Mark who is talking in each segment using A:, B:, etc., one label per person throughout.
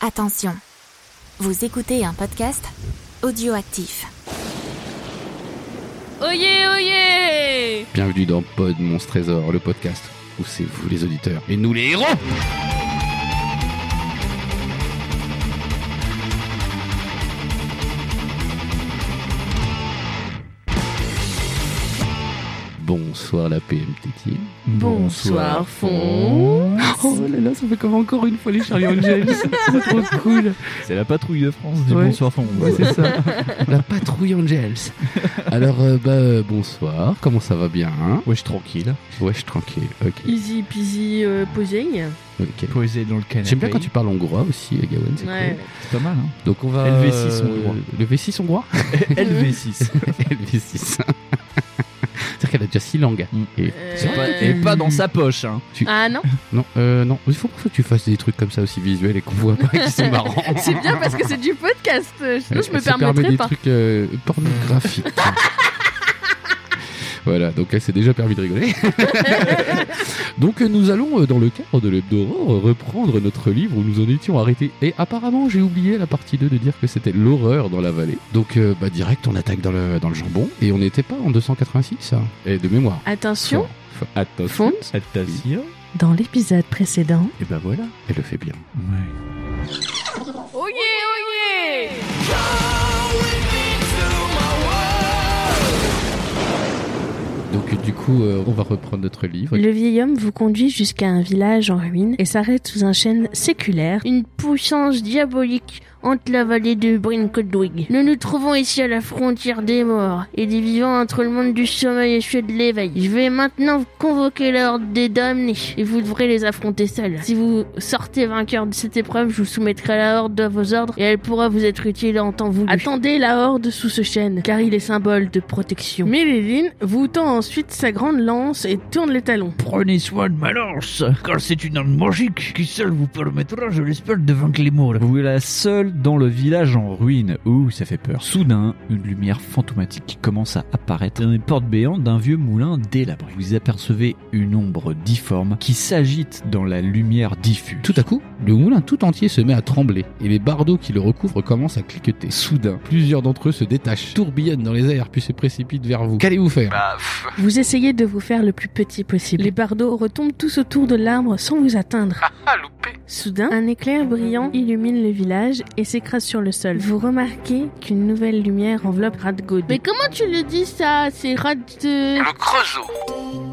A: Attention, vous écoutez un podcast audioactif.
B: Oyez, oyez
C: Bienvenue dans Pod Monstre Trésor, le podcast où c'est vous les auditeurs et nous les héros Bonsoir la PMTT.
B: Bonsoir, Fon.
C: Oh là là, ça fait comme encore une fois les Charlie Angels. c'est trop cool.
D: C'est la patrouille de France du
C: Ouais.
D: bonsoir fond.
C: Ouais, c'est ça. La patrouille Angels. Alors, euh, bah, euh, bonsoir. Comment ça va bien hein
D: Wesh tranquille.
C: Wesh, tranquille. Ok.
B: Easy peasy euh, posing.
C: ok.
D: Posé dans le canapé.
C: J'aime bien quand tu parles hongrois aussi, Gawen. C'est
B: Ouais.
C: cool.
D: C'est pas mal hein.
C: Donc, on va. euh,
D: LV6 hongrois.
C: Le V6 hongrois
D: LV6.
C: LV6. C'est-à-dire qu'elle a déjà 6 langues.
D: Mm.
C: Et,
D: C'est pas-
B: Euh.
D: Et pas dans sa poche hein.
B: Ah non
C: Non, euh, non, il faut pas que tu fasses des trucs comme ça aussi visuels et qu'on voit pas qui sont marrants.
B: C'est bien parce que c'est du podcast. euh, Sinon, je
C: Elle
B: me
C: se permet
B: permettrais
C: des
B: pas.
C: trucs euh, pornographiques. voilà, donc elle s'est déjà permis de rigoler. donc euh, nous allons, euh, dans le cadre de l'hebdo horreur, euh, reprendre notre livre où nous en étions arrêtés. Et apparemment, j'ai oublié la partie 2 de dire que c'était l'horreur dans la vallée. Donc euh, bah, direct, on attaque dans le, dans le jambon. Et on n'était pas en 286, hein. et de mémoire.
B: Attention,
C: Faut-
B: Fon.
C: Attention.
D: Atassia.
E: Dans l'épisode précédent,
C: Et ben voilà, elle le fait bien.
D: Ouais.
B: Oyez, oyez
C: Donc euh, du coup, euh, on va reprendre notre livre.
E: le vieil homme vous conduit jusqu'à un village en ruine et s'arrête sous un chêne séculaire.
B: Une puissance diabolique hante la vallée de Brinkodwig. Nous nous trouvons ici à la frontière des morts et des vivants entre le monde du sommeil et celui de l'éveil. Je vais maintenant vous convoquer la horde des damnés et vous devrez les affronter seuls. Si vous sortez vainqueur de cette épreuve, je vous soumettrai la horde à vos ordres et elle pourra vous être utile en temps voulu. Attendez la horde sous ce chêne car il est symbole de protection.
E: Méléline vous tend ensuite sa grande lance et tourne les talons.
F: Prenez soin de ma lance, car c'est une arme magique qui seule vous permettra, je l'espère, de vaincre les morts.
D: Vous êtes la seule dans le village en ruine. Ouh, ça fait peur. Soudain, une lumière fantomatique qui commence à apparaître dans les portes béantes d'un vieux moulin délabré. Vous apercevez une ombre difforme qui s'agite dans la lumière diffuse.
C: Tout à coup, le moulin tout entier se met à trembler et les bardeaux qui le recouvrent commencent à cliqueter. Soudain, plusieurs d'entre eux se détachent, tourbillonnent dans les airs puis se précipitent vers vous. Qu'allez-vous faire
E: Vous essayez de vous faire le plus petit possible. Les bardeaux retombent tous autour de l'arbre sans vous atteindre. Soudain, un éclair brillant illumine le village et s'écrase sur le sol. Vous remarquez qu'une nouvelle lumière enveloppe Radgod.
B: Mais comment tu le dis ça C'est rat
E: euh,
B: de...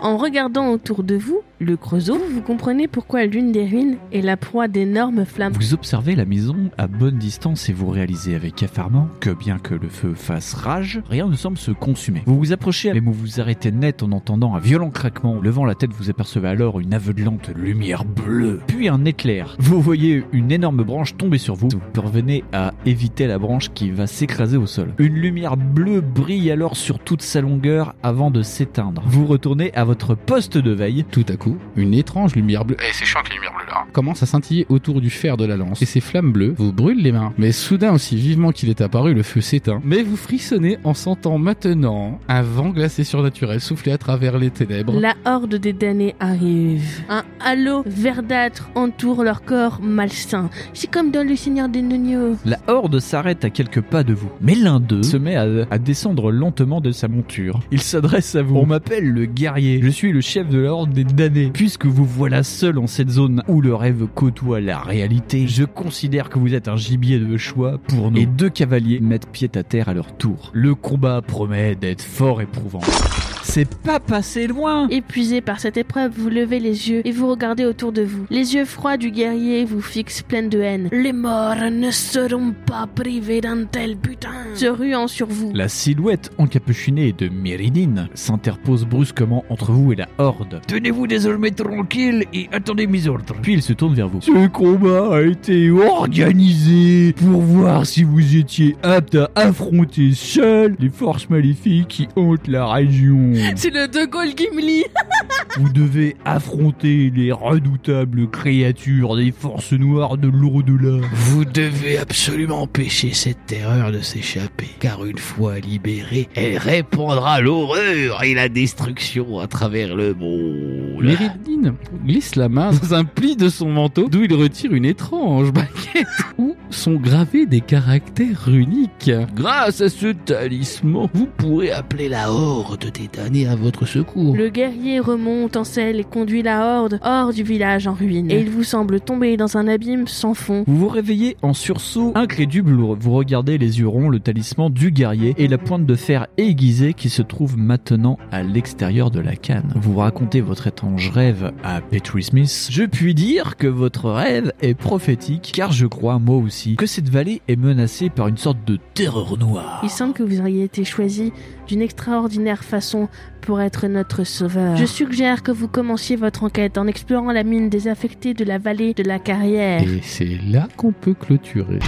E: En regardant autour de vous, le creusot, vous comprenez pourquoi l'une des ruines est la proie d'énormes flammes.
D: Vous observez la maison à bonne distance et vous réalisez avec affarement que bien que le feu fasse rage, rien ne semble se consumer. Vous vous approchez, mais vous vous arrêtez net en entendant un violent craquement. Levant la tête, vous apercevez alors une aveuglante lumière bleue, puis un éclair. Vous voyez une énorme branche tomber sur vous. Vous parvenez à éviter la branche qui va s'écraser au sol. Une lumière bleue brille alors sur toute sa longueur avant de s'éteindre. Vous retournez à votre poste de veille.
C: Tout à coup, une étrange lumière bleue. Eh, c'est chiant que les lumières bleues là. Commence à scintiller autour du fer de la lance et ces flammes bleues vous brûlent les mains. Mais soudain, aussi vivement qu'il est apparu, le feu s'éteint. Mais vous frissonnez en sentant maintenant un vent glacé surnaturel souffler à travers les ténèbres.
E: La horde des damnés arrive.
B: Un halo verdâtre entoure leur corps malsain. C'est comme dans Le Seigneur des Nonios.
D: La horde s'arrête à quelques pas de vous, mais l'un d'eux se met à, à descendre lentement de sa monture. Il s'adresse à vous. On m'appelle le guerrier. Je suis le chef de la horde des damnés. Puisque vous voilà seul en cette zone où le rêve côtoie la réalité, je considère que vous êtes un gibier de choix pour nous. Et deux cavaliers mettent pied à terre à leur tour. Le combat promet d'être fort éprouvant. C'est pas passé loin.
B: Épuisé par cette épreuve, vous levez les yeux et vous regardez autour de vous. Les yeux froids du guerrier vous fixent pleins de haine.
E: Les morts ne seront pas privés d'un tel butin.
B: Se ruant sur vous.
D: La silhouette encapuchinée de Méridine s'interpose brusquement entre vous et la horde.
F: Tenez-vous désormais tranquille et attendez mes ordres.
D: Puis il se tourne vers vous.
F: Ce combat a été organisé pour voir si vous étiez apte à affronter seul les forces maléfiques qui hantent la région.
E: C'est le De Gaulle Gimli
D: Vous devez affronter les redoutables créatures des forces noires de l'au-delà.
F: Vous devez absolument empêcher cette terreur de s'échapper, car une fois libérée, elle répandra l'horreur et la destruction à travers le monde.
C: Méridine glisse la main dans un pli de son manteau d'où il retire une étrange baguette où sont gravés des caractères uniques.
F: Grâce à ce talisman, vous pourrez appeler la horde des damnés à votre secours.
E: Le guerrier remonte en selle et conduit la horde hors du village en ruine. Et il vous semble tomber dans un abîme sans fond.
D: Vous vous réveillez en sursaut, incrédule, vous regardez les yeux ronds, le talisman du guerrier et la pointe de fer aiguisée qui se trouve maintenant à l'extérieur de la canne. Vous racontez votre étrange rêve à Petrie Smith. Je puis dire que votre rêve est prophétique, car je crois, moi aussi, que cette vallée est menacée par une sorte de terreur noire.
E: Il semble que vous auriez été choisi d'une extraordinaire façon pour être notre sauveur. Je suggère que vous commenciez votre enquête en explorant la mine désaffectée de la vallée de la carrière.
C: Et c'est là qu'on peut clôturer.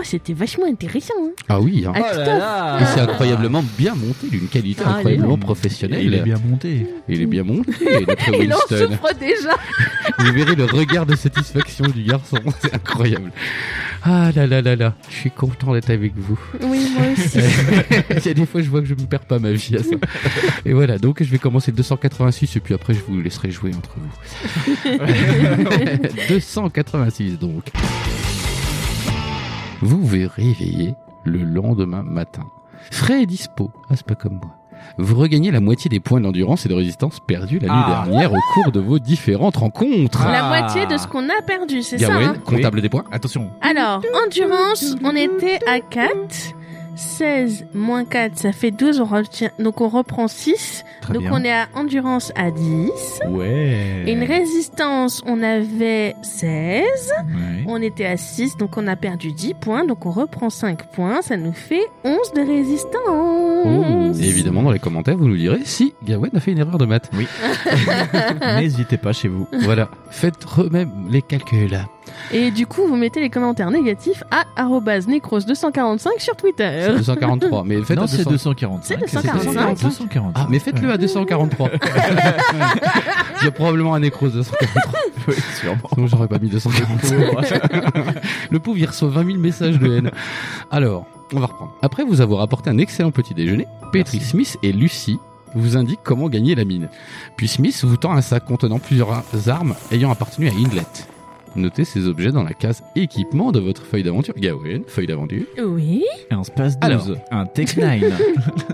E: Oh, c'était vachement intéressant. hein.
C: Ah oui,
D: Oh
C: hein.
E: Ah, Christophe,
C: Et c'est incroyablement bien monté, d'une qualité
E: Ah, il est
C: incroyablement
D: bien.
C: professionnelle.
D: Il est bien monté.
C: Il est bien monté, notre
E: Il en
C: Winston.
E: souffre déjà.
C: Vous verrez le regard de satisfaction du garçon, c'est incroyable. Ah là là là là, je suis content d'être avec vous.
E: Oui, moi aussi.
C: Il y a des fois, je vois que je ne perds pas ma vie à ça. Et voilà, donc je vais commencer 286 et puis après, je vous laisserai jouer entre vous. 286 donc. Vous vous réveillez le lendemain matin. Frais et dispo. Ah, c'est pas comme moi. Vous regagnez la moitié des points d'endurance et de résistance perdus la nuit
D: Ah.
C: dernière au cours de vos différentes rencontres.
D: Ah.
E: La moitié de ce qu'on a perdu, c'est ça.
C: Gawain,
E: hein.
C: comptable des points.
D: Attention.
E: Alors, endurance, on était à 4. 16 moins 4, ça fait 12, on retient- donc on reprend 6.
D: Très
E: donc
D: bien.
E: on est à endurance à 10.
D: Ouais.
E: Une résistance, on avait 16.
D: Ouais.
E: On était à 6, donc on a perdu 10 points. Donc on reprend 5 points. Ça nous fait 11 de résistance.
C: Et évidemment, dans les commentaires, vous nous direz si Gawain a fait une erreur de maths.
E: Ah.
D: N'hésitez pas chez vous.
C: Voilà. Faites eux-mêmes les calculs.
E: Et du coup, vous mettez les commentaires négatifs à arobase necros245 sur Twitter.
C: C'est 243. Mais faites
D: non,
C: à
D: c'est
C: 200.
D: 245.
E: C'est 245.
D: C'est 245.
C: Ah, mais faites-le à 243. Il y a probablement un nécrose 243.
D: Oui, sûrement.
C: Sinon, j'aurais pas mis 243. Le pauvre, il reçoit 20 000 messages de haine. Alors, on va reprendre. Après vous avoir apporté un excellent petit déjeuner, Petrie
D: Merci.
C: Smith et Lucie vous indiquent comment gagner la mine. Puis Smith vous tend un sac contenant plusieurs armes ayant appartenu à Inlet. Notez ces objets dans la case équipement de votre feuille d'aventure. Gawain, feuille d'aventure.
E: Oui.
D: Un space 12.
C: Alors.
D: Un Tech 9.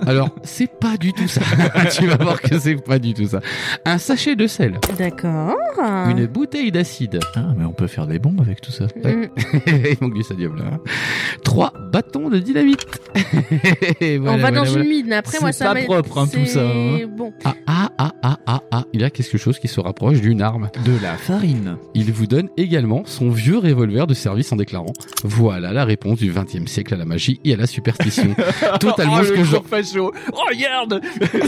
C: Alors, c'est pas du tout ça. tu vas voir que c'est pas du tout ça. Un sachet de sel,
E: D'accord.
C: une bouteille d'acide,
D: ah, mais on peut faire des bombes avec tout ça.
E: Mm.
C: il manque du sodium là, hein. trois bâtons de dynamite. Voilà,
E: on va
C: voilà,
E: dans
C: voilà.
E: une mine. Après,
D: C'est
E: moi, ça
D: pas
E: m'est-
D: propre, hein, tout ça, hein.
E: c'est Bon.
C: Ah, ah, ah, ah, ah, ah, il y a quelque chose qui se rapproche d'une arme.
D: De la farine.
C: Il vous donne également son vieux revolver de service en déclarant Voilà la réponse du 20 siècle à la magie et à la superstition. totalement,
E: Oh,
D: Oh,
C: ce que je-
D: facho. Oh, Regarde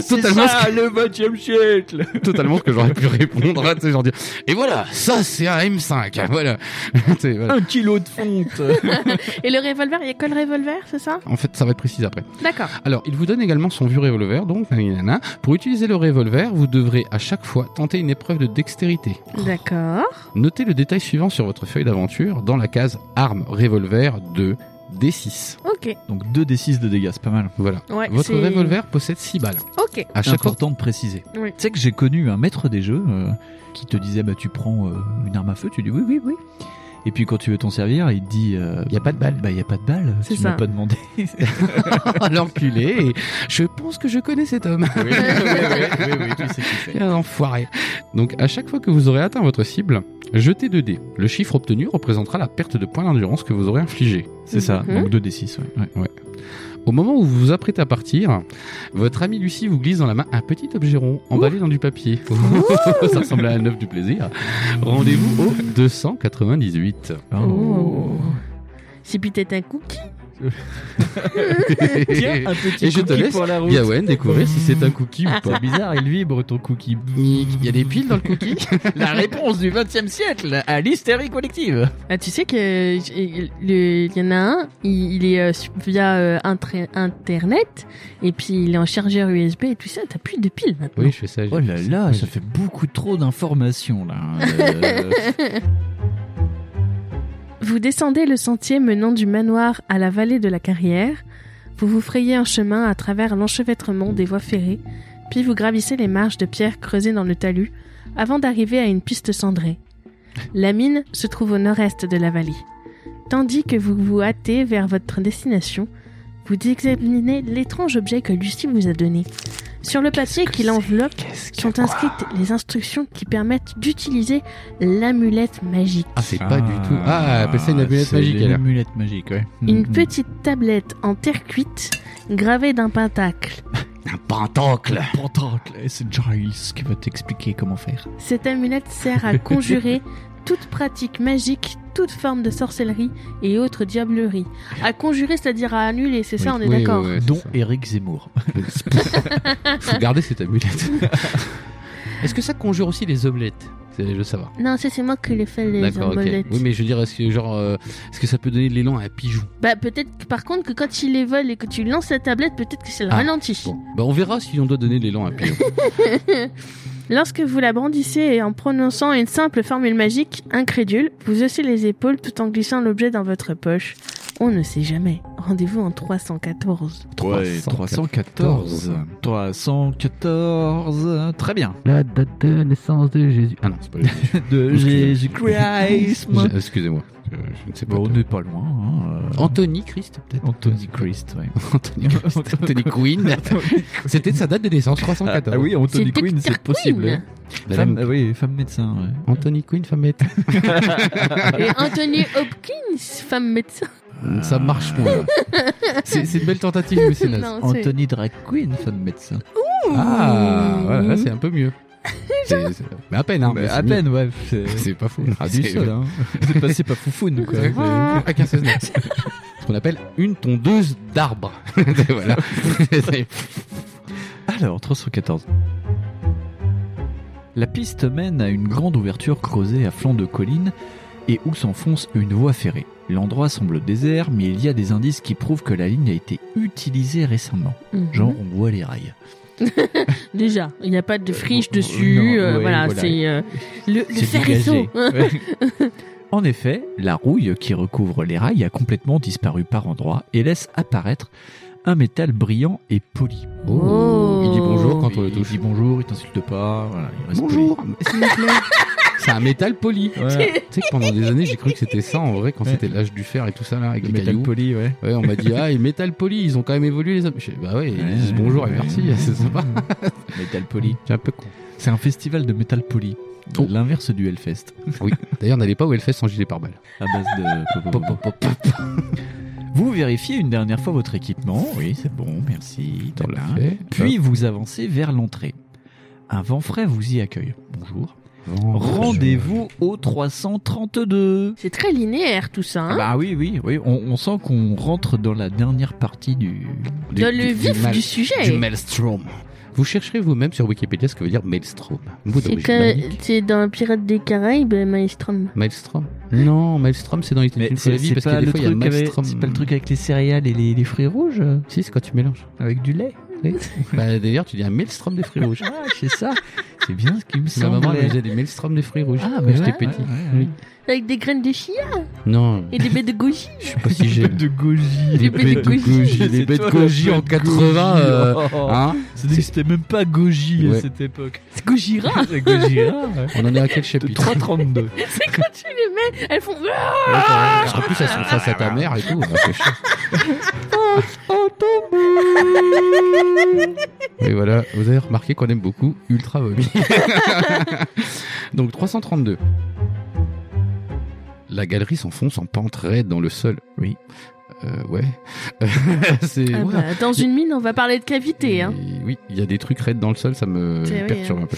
C: Totalement ce
D: le 20 e siècle
C: totalement ce que j'aurais pu répondre. hein, tu sais, genre dire, et voilà, ça c'est un M5. Voilà. Tu sais, voilà.
D: Un kilo de fonte
E: Et le revolver, il y a que le revolver, c'est ça
C: En fait, ça va être précis après.
E: D'accord.
C: Alors, il vous donne également son vieux revolver, donc, nanana. Pour utiliser le revolver, vous devrez à chaque fois tenter une épreuve de dextérité.
E: D'accord.
C: Notez le détail suivant sur votre feuille d'aventure dans la case arme revolver 2 D6.
E: Ok.
D: Donc 2d6 de dégâts, c'est pas mal.
C: Voilà.
E: Ouais,
C: votre
E: c'est-
C: revolver possède 6 balles.
E: Ok.
C: À
D: C'est
C: chaque fois.
D: important de préciser.
E: Oui.
D: Tu sais que j'ai connu un maître des jeux euh, qui te disait bah tu prends euh, une arme à feu, tu dis oui oui oui. Et puis quand tu veux t'en servir, il te dit euh,
C: Y a pas de balle.
D: Bah y a pas de balle,
E: C'est
D: tu m'as
E: ça.
D: pas demandé.
C: L'enculé. Je pense que je connais cet homme.
D: oui, oui, oui, tu sais qui c'est.
C: Un enfoiré. Donc, à chaque fois que vous aurez atteint votre cible, jetez 2 dés. Le chiffre obtenu représentera la perte de points d'endurance que vous aurez infligée.
D: C'est ça,
E: Mhm.
D: donc 2d6. Ouais. ouais.
C: Au moment où vous vous apprêtez à partir, votre amie Lucie vous glisse dans la main un petit objet rond emballé dans du papier. Ça ressemble à un œuf du plaisir. Rendez-vous au 298.
D: Oh.
E: Oh. Si puis t'es un cookie.
D: Tiens, un petit
C: Et je te
D: cookie
C: laisse
D: pour la route. Ah.
C: Yawen, découvrir si c'est un cookie ou pas.
D: C'est bizarre, il vibre ton cookie.
C: Il y a des piles dans le cookie
D: La réponse du 20e siècle à l'hystérie collective.
E: Ah, tu sais que j- le- il y en a un, il, il est euh, su- via euh, intre- internet et puis il est en chargeur USB et tout ça. T'as plus de piles hein. maintenant.
C: Oui, je fais ça.
D: Oh là là,
C: Oui,
D: ça
C: je-
D: fait beaucoup trop d'informations là. Euh,
E: Vous descendez le sentier menant du manoir à la vallée de la carrière. Vous vous frayez un chemin à travers l'enchevêtrement des voies ferrées, puis vous gravissez les marches de pierre creusées dans le talus avant d'arriver à une piste cendrée. La mine se trouve au nord-est de la vallée. Tandis que vous vous hâtez vers votre destination, vous examinez l'étrange objet que Lucie vous a donné. Sur le papier qui l'enveloppe sont inscrites les instructions qui permettent d'utiliser l'amulette magique.
C: Ah, c'est pas du tout. Ah, appelle ça une amulette
D: euh, c'est
C: magique,
D: Une
C: alors.
D: amulette magique, ouais.
E: Une
C: Mm-hmm.
D: Mm, mm.
E: petite tablette en terre cuite gravée d'un pentacle.
F: Un pentacle.
D: Pentacle, et c'est Giles qui va t'expliquer comment faire.
E: Cette amulette sert à conjurer toute pratique magique, toute forme de sorcellerie et autres diableries. À conjurer, c'est-à-dire à annuler, c'est ça, on
C: Oui,
E: est
C: oui,
E: d'accord
C: oui, oui, c'est
D: Dont
C: ça.
D: Eric Zemmour.
C: Faut garder cette amulette. Est-ce que ça conjure aussi les omelettes C'est- Je veux savoir.
E: Non, ça c'est moi qui l'ai fait les
C: D'accord, ok.
E: omelettes.
C: Oui, mais je veux dire, est-ce que, genre, euh, est-ce que ça peut donner de l'élan à un pigeon
E: Bah peut-être que, par contre que quand il les vole et que tu lances la tablette, peut-être que ça le
C: Ah,
E: ralentit.
C: Bon, bah on verra si on doit donner de l'élan à un pigeon.
E: Lorsque vous la brandissez et en prononçant une simple formule magique, incrédule, vous haussez les épaules tout en glissant l'objet dans votre poche. On ne sait jamais. Rendez-vous en 314.
D: Ouais, 314. 314. Très bien.
C: La date de naissance de Jésus. Ah non, c'est pas Jésus.
D: De Jésus-Christ.
C: Je- euh, Excusez-moi. Je, je ne sais pas.
D: Bon, on n'est pas loin. hein, euh,
C: Anthony Christ, peut-être
D: Anthony Christ, ouais.
C: Anthony, Christ. Anthony Quinn. C'était sa date de naissance, 314.
D: Ah oui, Anthony
E: C'est
D: Quinn, c'est possible.
E: Quinn.
C: La
D: Femme,
C: dame-
D: ah oui, femme médecin, ouais.
C: Anthony Quinn, femme est-
E: Et Anthony Hopkins, femme médecin.
C: Ça marche moins. là. C'est c'est une belle tentative, mais c'est naze.
E: Non, c'est-
D: Anthony Drag Queen, femme médecin.
C: Ah, voilà, là, c'est un peu mieux. C'est- c'est- Mais à peine, hein.
D: Bah,
C: mais c'est
D: à
C: mieux.
D: peine, ouais. C'est
C: C'est pas fou.
D: ah, du sol, hein. C'est pas, c'est pas foufoune, quoi.
C: C'est- à 15 16 mètres. Ce qu'on appelle une tondeuse d'arbres. voilà.
D: Alors, 314. La piste mène à une grande ouverture creusée à flanc de colline et où s'enfonce une voie ferrée. L'endroit semble désert, mais il y a des indices qui prouvent que la ligne a été utilisée récemment. Genre, on voit les rails.
E: Déjà, il n'y a pas de friche
D: Euh,
E: dessus.
D: non,
E: euh,
D: ouais,
E: voilà,
D: voilà.
E: c'est euh, le, le
D: C'est
E: fer est
D: dégagé.
E: saut.
D: Ouais. en effet, la rouille qui recouvre les rails a complètement disparu par endroits et laisse apparaître un métal brillant et poli.
E: Oh.
C: Il dit bonjour quand on le
D: Il
C: touche.
D: dit bonjour, il t'insulte pas, voilà, il reste
C: Bonjour, s'il vous plaît. C'est un métal poli.
D: poli. Ouais,
C: Tu sais que pendant des années, j'ai cru que c'était ça en vrai, quand
D: Ouais.
C: c'était l'âge du fer et tout ça là, avec
D: le
C: les
D: métal
C: cailloux.
D: poli, ouais.
C: Ouais, on m'a dit, ah, et métal poli, ils ont quand même évolué les hommes. Je fais, bah ouais, ils
D: Ouais,
C: disent
D: ouais,
C: bonjour et
D: ouais,
C: merci,
D: ouais.
C: c'est sympa.
D: Metal Poly.
C: J'ai un peu con.
D: C'est un festival de métal poli.
C: Oh.
D: L'inverse du Hellfest.
C: D'ailleurs, n'allez pas au Hellfest sans gilet pare-balles.
D: À base de.
C: Pop, pop, pop, pop.
D: Vous vérifiez une dernière fois votre équipement. Oui, c'est bon, merci.
C: Dans la
D: Tadam.
C: fête.
D: Puis vous avancez vers l'entrée. Un vent frais vous y accueille. Bonjour.
C: Bon,
D: Rendez-vous au 332.
E: C'est très linéaire tout ça. hein.
D: bah oui, oui, oui. On, on sent qu'on rentre dans la dernière partie du.
C: du-
E: Dans le
C: du-
E: vif
C: mal-
E: du sujet.
C: Du maelstrom. Vous chercherez vous-même sur Wikipédia ce que veut dire maelstrom. Un mot
E: C'est
C: d'origine
E: que
C: germanique.
E: c'est dans Pirates des Caraïbes, Maelstrom.
C: Maelstrom Non, maelstrom c'est dans les
D: Mais
C: une fois
D: c'est
C: la vie
D: c'est
C: parce
D: pas,
C: que des
D: le
C: fois il y a
D: truc avec-
C: maelstrom.
D: c'est pas le truc avec les céréales et les, les fruits rouges euh,
C: Si, c'est quand tu mélanges.
D: Avec du lait
C: Bah, D'ailleurs, tu dis un maelstrom des fruits rouges.
D: Ah, c'est ça. C'est bien ce qui me
C: Ma
D: semble.
C: maman, elle me faisait des maelstrom des fruits rouges
D: Ah,
C: quand
D: mais
C: j'étais
D: ouais,
C: petit.
D: ouais, ouais, ouais.
E: Avec des graines de chia
C: Non,
E: et des baies de goji.
C: je sais pas si j'ai.
D: de goji. Ah,
C: Les bêtes de goji, les bêtes de goji en 80. euh, hein
D: C'était même pas goji
C: Ouais.
D: à cette époque.
E: C'est Gojira.
D: C'est Gojira. ouais.
C: on en est à quel
D: De
C: chapitre
D: 332.
E: c'est quand tu les mets, elles font. Ah,
C: En plus, elles sont face à ta mère et tout. bah, ça fait chier. Et voilà, vous avez remarqué qu'on aime beaucoup Ultra Vomi. Donc 332. La galerie s'enfonce en pente raide dans le sol.
D: Oui.
C: Euh, ouais. C'est.
E: Ah
C: ouais.
E: bah, dans une mine, on va parler de cavité. Hein.
C: Et Oui, il y a des trucs raides dans le sol, ça me
E: C'est vrai,
C: perturbe un peu.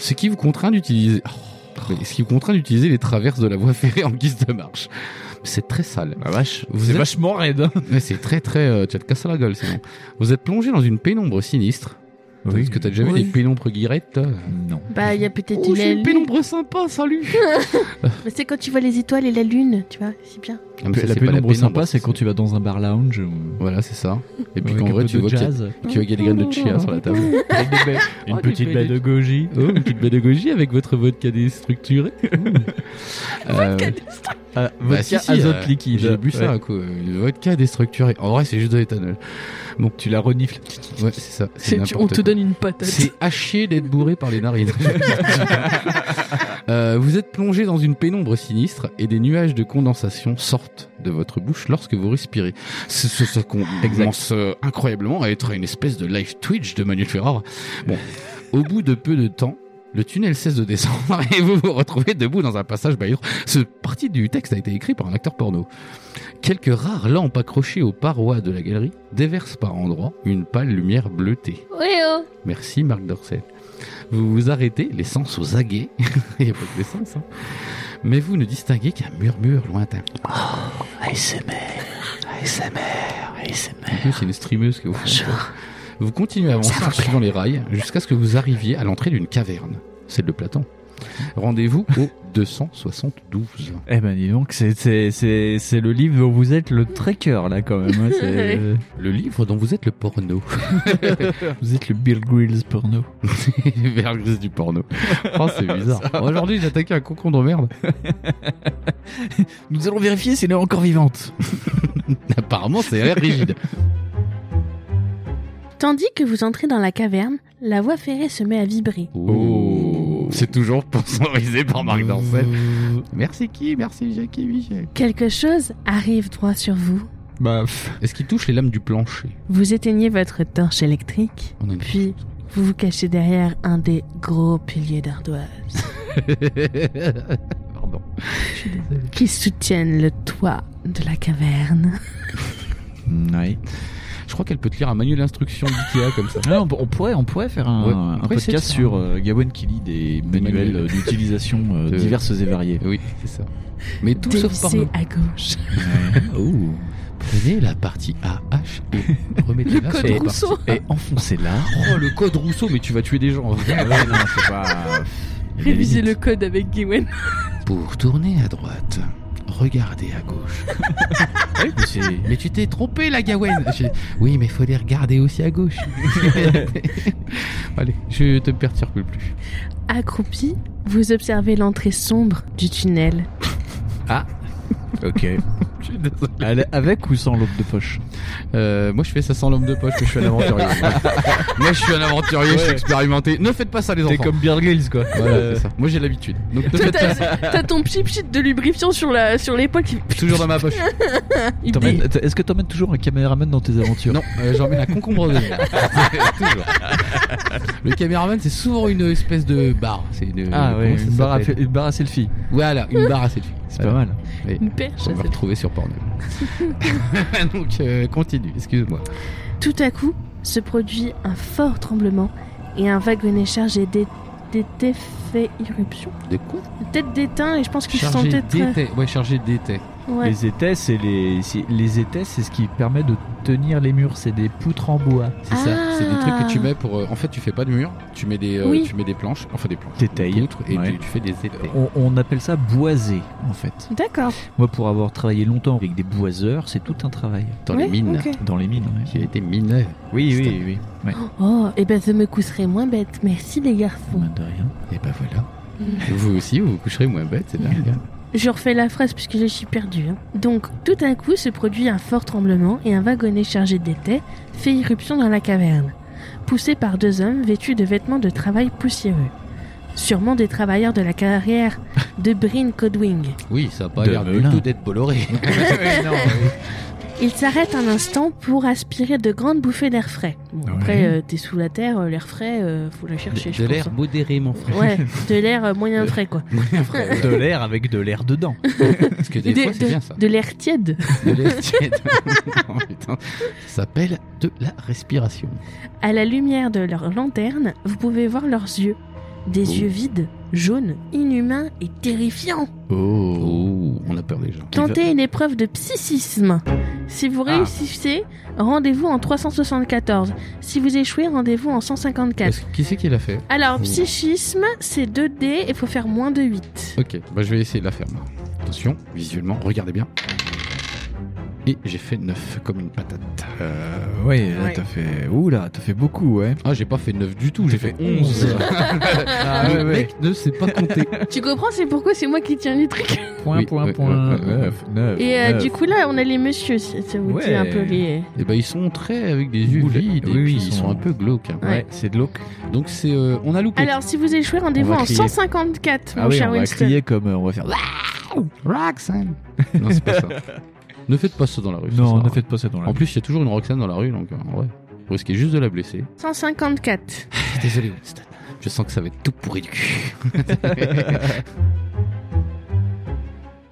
C: Ce qui vous contraint d'utiliser. Oh, mais ce qui vous contraint d'utiliser les traverses de la voie ferrée en guise de marche. C'est très sale.
D: La Ah, vache,
C: Vous
D: c'est
C: êtes-
D: vachement raide. hein.
C: Mais c'est très très. euh, tu vas te casser la gueule sinon. Vous êtes plongé dans une pénombre sinistre.
D: Oui.
C: Est-ce que t'as déjà vu
E: Oui.
C: des pénombres Ah, guirettes toi
D: Non.
E: Bah, il y a peut-être
C: Oh,
E: la
C: j'ai une
E: lune.
C: pénombre sympa, salut
E: Mais c'est quand tu vois les étoiles et la lune, tu vois, c'est bien.
C: Ah, mais ça,
D: la
C: c'est pas
D: pénombre sympa, c'est
C: c'est-
D: quand tu vas dans un bar lounge. euh, ou-
C: Voilà, c'est ça. Et puis
D: avec
C: qu'en
D: un
C: vrai,
D: peu
C: tu
D: de
C: vois qu'il y a-
D: jazz.
C: qu'il y a des graines de chia sur la table.
D: Une
C: Oh,
D: petite
C: des
D: baie de goji.
C: Oh, une petite pédagogie avec votre vodka déstructuré. Euh,
D: Ah,
C: Bah, si,
D: vodka
C: si,
D: azote
C: euh,
D: liquide.
C: J'ai bu
D: Ouais.
C: ça, quoi. Une vodka déstructurée. En vrai, c'est juste de l'éthanol. Bon,
D: Tu la renifles.
C: ouais, c'est ça. c'est
E: C'est- tu- on
C: n'importe
E: te
C: quoi.
E: donne une patate.
C: C'est haché d'être bourré par les narines. Euh, vous êtes plongé dans une pénombre sinistre et des nuages de condensation sortent de votre bouche lorsque vous respirez. Ce, ce, ce qu'on commence euh, incroyablement à être une espèce de live Twitch de Manuel Ferrara. Bon, au bout de peu de temps, le tunnel cesse de descendre et vous vous retrouvez debout dans un passage baillant. Ce partie du texte a été écrit par un acteur porno. Quelques rares lampes accrochées aux parois de la galerie déversent par endroits une pâle lumière bleutée.
B: Ouais, oh
C: Merci Marc Dorcel. Vous vous arrêtez, l'essence aux aguets. Il n'y a pas que l'essence. hein. Mais vous ne distinguez qu'un murmure lointain.
F: ASMR, ASMR, ASMR.
C: En plus, c'est une streameuse que vous faites. Vous continuez à avancer en suivant les rails jusqu'à ce que vous arriviez à l'entrée d'une caverne, celle de Platon. Rendez-vous au 272.
D: Eh ben dis donc, c'est- c'est c'est- c'est le livre où vous êtes le trekker là quand même. hein, c'est-
C: Le livre dont vous êtes le porno.
D: vous êtes le Bill Grills porno.
C: Vergris du porno. Oh, c'est bizarre. Aujourd'hui, j'ai attaqué un cocon de merde.
D: Nous allons vérifier si elle est encore vivante.
C: Apparemment, c'est rigide.
E: Tandis que vous entrez dans la caverne, la voie ferrée se met à vibrer.
C: Oh. C'est toujours sponsorisé par Marc Dorcel. Merci qui Merci Jackie Michel.
E: Quelque chose arrive droit sur vous.
D: Bah, pff,
C: Est-ce qu'il touche les lames du plancher
E: Vous éteignez votre torche électrique,
C: On a une-
E: puis vous vous cachez derrière un des gros piliers d'ardoise
C: Pardon.
E: qui soutiennent le toit de la caverne.
D: ouais.
C: Je crois qu'elle peut te lire un manuel d'instruction d'IKEA comme ça.
D: Ouais, on, on pourrait, on pourrait faire un,
C: Ouais,
D: un
C: on pourrait essayer de
D: podcast
C: faire
D: sur
C: un-
D: euh, Gawain qui lit des
C: manuels.
D: manuels euh, d'utilisation euh,
C: De-
D: diverses et variées.
C: Oui, c'est ça. Mais tout sauf
E: Dévissez
C: porno.
E: à gauche.
C: Prenez la partie AH et remettez-la sur
E: code
C: la
E: Rousseau.
C: partie-
D: Et enfoncez-la.
C: Oh, le code Rousseau, mais tu vas tuer des gens.
D: Ah ouais, non, c'est pas. il y a des
E: Révisez le
D: limites.
E: code avec Gwen.
C: Pour tourner à droite, regardez à gauche.
D: Ouais, mais c'est-
C: Mais tu t'es trompé, la Gawen Oui, mais faut les regarder aussi à gauche. Allez, je te perturbe plus.
E: Accroupi, vous observez l'entrée sombre du tunnel.
D: Ok.
C: Je suis désolé.
D: Elle- Avec ou sans l'aube de poche
C: Euh, moi je fais ça sans l'homme de poche, mais je suis un aventurier. moi je suis un aventurier, je suis
D: Ouais.
C: expérimenté. Ne faites pas ça les
D: T'es
C: enfants.
D: comme Bill Grills quoi.
C: Voilà, c'est ça. Moi j'ai l'habitude. Donc ne
E: Toi,
C: faites pas
E: T'as
C: ça.
E: t'as ton pchit pchit de lubrifiant sur la sur l'épaule qui
C: Toujours dans ma poche.
E: il
D: T'emmènes-
E: dé-
D: Est-ce que t'emmènes toujours un caméraman dans tes aventures
C: Non, euh, j'emmène un concombre de Toujours. Le caméraman c'est souvent une espèce de barre. C'est une,
D: Ah
C: Euh, comment
D: ouais,
C: ça
D: une barre, à,
C: s'appelle
D: une barre à selfie.
C: Voilà, une barre à selfie.
D: C'est pas mal.
E: une perche.
C: On va retrouver sur Pornhub. Donc euh, continue, excuse-moi.
E: Tout à coup, se produit un fort tremblement et un wagonnet chargé d'é- d'été fait irruption.
C: De quoi
E: Tête d'étain et je pense qu'ils se sont
C: Chargé
E: peut-être...
C: d'été. Ouais, chargé d'été.
E: Ouais.
D: Les étais, c'est les, c'est- les étais, c'est ce qui permet de tenir les murs. C'est des poutres en bois.
C: C'est ça, c'est des
E: Ah.
C: trucs que tu mets pour. euh, en fait, tu fais pas de mur, tu mets des, euh,
E: Oui.
C: tu mets des planches, enfin des planches,
D: Des tailles.
C: poutres, et
D: Ouais.
C: tu, tu fais des étais.
D: On, on appelle ça boiser en fait.
E: D'accord.
D: Moi, pour avoir travaillé longtemps avec des boiseurs, c'est tout un travail
C: Dans
E: Ouais,
C: les mines,
E: ok.
D: dans les mines. ouais.
C: j'ai été mineur.
D: Oui, oui, oui. Ouais.
E: Oh, et ben ça me coûterait moins bête. Merci les garçons.
D: Mine de rien. ben
C: Et bah voilà. vous aussi, vous vous coucherez moins bête, c'est dingue. hein.
E: Je refais la phrase puisque je suis perdue. hein. Donc, tout à coup se produit un fort tremblement et un wagonnet chargé d'étais fait irruption dans la caverne, poussé par deux hommes vêtus de vêtements de travail poussiéreux. Sûrement des travailleurs de la carrière de Bryn Codwing.
C: Oui, ça a pas
D: De
C: l'air du
D: Melun.
C: tout d'être Bolloré.
E: Ils s'arrêtent un instant pour aspirer de grandes bouffées d'air frais. Bon,
D: Ouais.
E: après, euh, t'es sous la terre, euh, l'air frais, euh, faut la chercher, je
C: de l'air
E: pense. hein.
C: modérément frais.
E: Ouais, de l'air euh, moyen frais, quoi.
D: De l'air avec de l'air dedans.
C: Parce que des
E: De-
C: fois,
E: de-
C: c'est bien ça.
E: de l'air tiède.
C: De l'air tiède. Non, putain. Ça s'appelle de la respiration.
E: À la lumière de leur lanterne, vous pouvez voir leurs yeux. Des
C: Oh.
E: yeux vides, jaunes, inhumains et terrifiants.
C: Oh. Ouh, on a peur déjà.
E: Tentez une épreuve de psychisme. Si vous
C: Ah.
E: réussissez, rendez-vous en 374. Si vous échouez, rendez-vous en 154.
C: Est-ce- Qui c'est qui l'a fait
E: Alors,
C: Ouh.
E: psychisme, c'est 2 dés et faut faire moins de 8.
C: Ok, bah je vais essayer de la faire moi. Attention, visuellement, regardez bien. Et j'ai fait 9 comme une patate.
D: Euh, ouais, là,
E: Ouais.
D: t'as fait. Ouh là, t'as fait beaucoup, ouais.
C: Ah, j'ai pas fait 9 du tout, j'ai fait 11.
D: Ah,
C: Le mec ne sait pas compter.
E: Tu comprends, c'est pourquoi c'est moi qui tiens les trucs.
D: Point,
C: Oui,
D: point,
C: ouais,
D: point.
C: ouais, ouais, ouais.
D: Neuf, neuf,
E: Et euh,
D: neuf.
E: du coup, là, on a les messieurs, si ça vous dit
D: Ouais.
E: un peu les.
C: Et bah ils sont très avec des yeux
D: Oula,
C: vides et
D: oui,
C: puis
D: ils
C: ils sont
D: sont-
C: un peu glauques. hein.
D: Ouais, c'est de l'eau.
C: Donc c'est euh, on a loupé.
E: Alors, si vous échouez, rendez-vous
C: On va
E: en
C: crier.
E: 154, mon
D: Ah oui,
E: cher
D: on va
E: Winston.
D: crier comme. euh, on va faire.
C: Roxane. Non, c'est pas ça. ne faites pas ça dans la rue. ça sert
D: Non,
C: à
D: ne
C: rien.
D: faites pas ça dans la.
C: En plus, il y a toujours une Roxane dans la rue donc euh, en vrai, vous risquez juste de la blesser.
E: 154.
C: Désolé Winston. Je sens que ça va être tout pourri du cul.